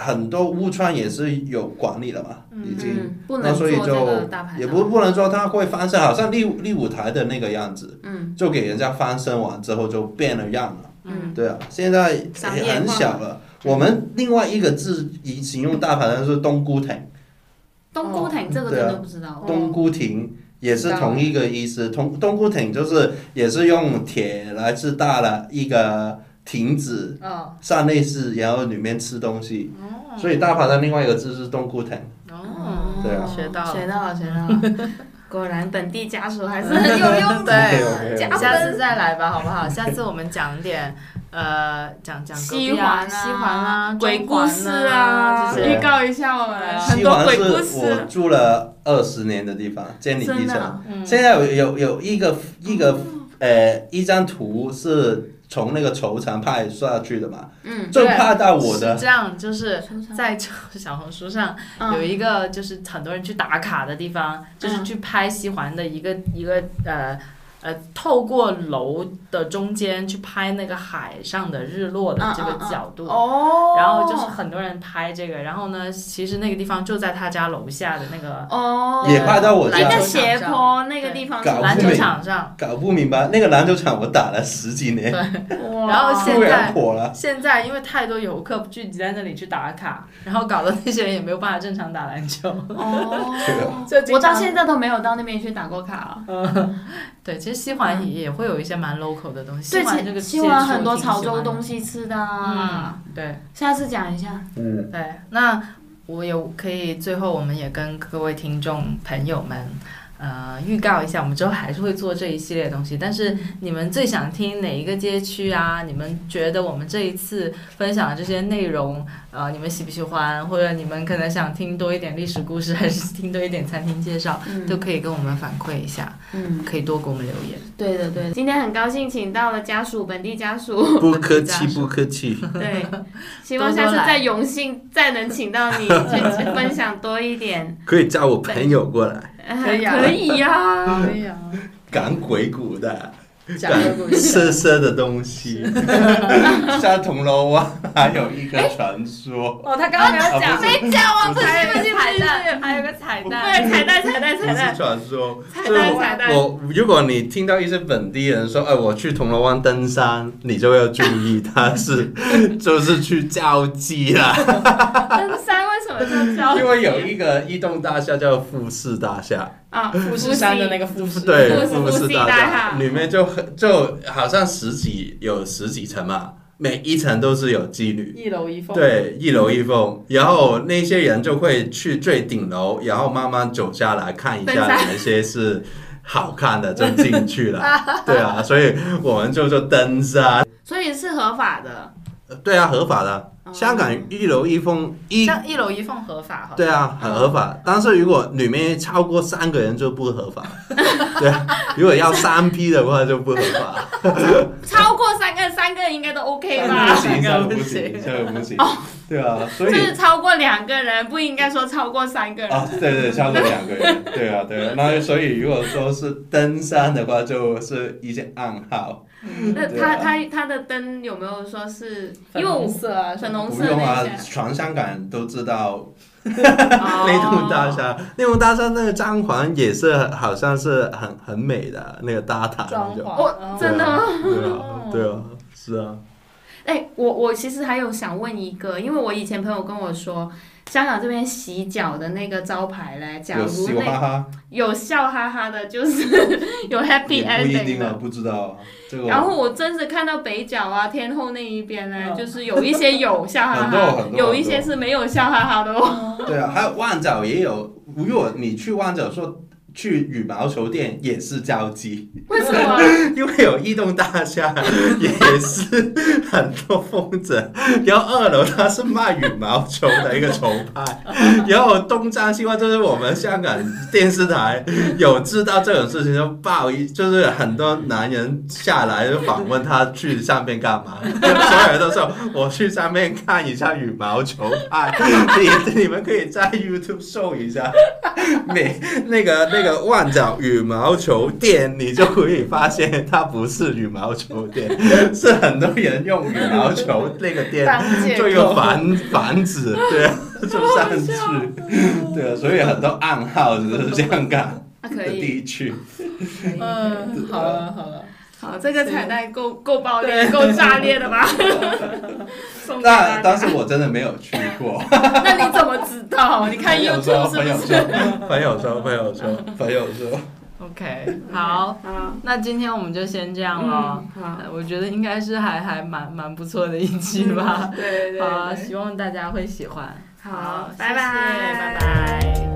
很多乌川也是有管理了嘛，已经。
嗯，不
那
能
所
做
以
这个
就
大排档，
也不不能说它会翻身，好像立立舞台的那个样子，
嗯
就给人家翻身完之后就变了样了。
嗯，
对啊，现在也
商业化
很小了。我们另外一个字以形容大排档是冬菇亭，
冬菇亭这个
对啊
真的不知道，
冬菇亭也是同一个意思。冬冬菇亭就是也是用铁来制大了一个亭子，
嗯，
上内室，然后里面吃东西。
哦
所以大排档另外一个字是冬菇亭。
哦，
对啊
学到了
嗯学到了，学到 了。果然本地家属还是很有用的。
对
加
下
分
次再来吧，好不好？下次我们讲点，呃，讲讲隔
西
壁
环
西环啊，
鬼
中
故
环
事
啊，
啊，
这
对
些
预告一下我们
啊
很
西
多
环
鬼
是
故
我
事，
住了二十年的地方，监理
真
地
的啊
城。。现在有有有一个一个呃一张图是从那个球场拍下去的嘛，
嗯，
就拍到我
是
的，
这样，就是
球场
在小红书上
嗯
有一个就是很多人去打卡的地方，就是去拍西环的一个
嗯
一个呃呃，透过楼的中间去拍那个海上的日落的这个角度。
哦，
然后就是很多人拍这个，然后呢，其实那个地方就在他家楼下的那个
哦，
也拍到我
来
那
家
个
个，
斜坡那个地方是
搞不
篮
篮
明
球
球场上，
搞不明白那个篮球场我打了十几年，
场，哇
然后现
突然
在
火了。
现在因为太多游客聚集在那里去打卡，然后搞得那些人也没有办法正常打篮球。
哦，
就经
我到
常
现在都没有到那边去打过卡啊。
对，其实西环也也会有一些蛮 local 的东
嗯
西。
对，
西环这
其
个
西环很多潮
潮
州东
西。
西吃的
嗯
啊，，
对
下次讲一下。
嗯，
对。那我有可以最后，我们也跟各位听众朋友们，呃预告一下，我们之后还是会做这一系列的东西。但是你们最想听哪一个街区啊？你们觉得我们这一次分享的这些内容，呃，你们喜不喜欢？或呃者你们可能想听多一点历史故事，还是听多一点餐厅介绍， 都可以跟我们反馈一下，
嗯，
可以多给我们留言。
对的对的。今天很高兴请到了家属本地家属，
不客气，不客气。
对，希望下
多
次
多来
在永信再能请到 你去分享多一点，
可以叫我朋友过来，
可
以啊
可以呀、
可以啊，
赶鬼谷的，
讲个故事。
色色的东西，像铜锣湾还有一个传说，
哦，他刚刚没有
啊
讲
不，
没讲啊，不是
还有
不
一
是
个彩蛋，还有一个彩蛋。
对，彩蛋彩蛋
不
彩
是
蛋
传说，
彩蛋彩蛋，
我如果你听到一些本地人说，哎，我去铜锣湾登山，你就要注意，他是就是去交际啦。
登山为什么叫交？
因为有一个一栋大厦叫富士大厦，
啊，富
富
士
士山的那个富士，
对，
富
富
士
士
大厦
厦里面就很就好像十几有十几层嘛，每一层都是有妓女。
一楼一凤，
对，一楼一凤，然后那些人就会去最顶楼，然后慢慢走下来看一
分
下
散
哪些是好看的就进去 了。对啊，所以我们就说登山，
所以是合法的。
呃对啊，合法的。
哦
香港一楼一凤一，
像一楼一凤合法哈。
对啊，很合法。但是如果里面超过三个人就不合法。 对啊，如果要三批的话就不合法，
超过三个，三个应该都 OK
不
吧？
行，这
那
个
个
不
不
行，
行
这个不行， 对啊，所
就
以
是超过两个人，不应该说超过三个人。
啊，对对，差不多两个人，对啊，对啊。那所以如果说是登山的话，就是一些暗号，
那
对
他
啊
他他的灯有没有说是？因
粉
为
红
我
色啊，
粉红
不
色
用
那
啊
一些，，
全香港都知道
那栋大
哦
厦，那栋大厦那个装潢也是好像是很很美的那个搭塔那
装
种
潢。。嗯
哦真的吗？
对啊，对啊，
哦
是啊，
哎，我我其实还有想问一个，因为我以前朋友跟我说，香港这边洗脚的那个招牌嘞，假
有
如
嘻哈
那
哈，
有笑哈哈的，就是 有 happy
也不一
ending
定
的
啊，。不知道啊这个
然
我。
后我真是看到北角啊、天后那一边呢，
嗯
就是有一些有笑哈
很多
哈
很，多
有一些是没有笑哈哈的哦。
对啊，还有旺角也有，如果你去旺角说去羽毛球店也是交际，
为什么？ 啊
因为有一栋大厦也是很多风筝，然后二楼它是卖羽毛球的一个球拍， 然后东张西望就是我们香港电视台有知道这种事情就报一，就是很多男人下来就访问他去上面干嘛， 所有人都说我去上面看一下羽毛球拍，你你们可以在 YouTube 搜一下， 每那个那个万角羽毛球店，你就可以发现它不是羽毛球店，是很多人用羽毛球那个店
当借
做一个房房子， 对啊，就上去，
对啊，所以很多暗号就是香港
啊，可
的
以，
地区。
嗯，好了好了，
好，这个彩蛋够够爆裂、够炸裂的 吧？送给大
那
家
当时我真的没有去过，
那你怎么知 道？你看
朋友说，
YouTube 是
朋友
不
说
是？，
朋友说，朋友说，
朋友说，
OK，好，
啊，
那今天我们就先这样了
嗯。，好，
呃我觉得应该是还还蛮蛮不错的一期吧。
对对
好啊，
对，
希望大家会喜欢。
好，
谢谢
拜拜，
拜拜。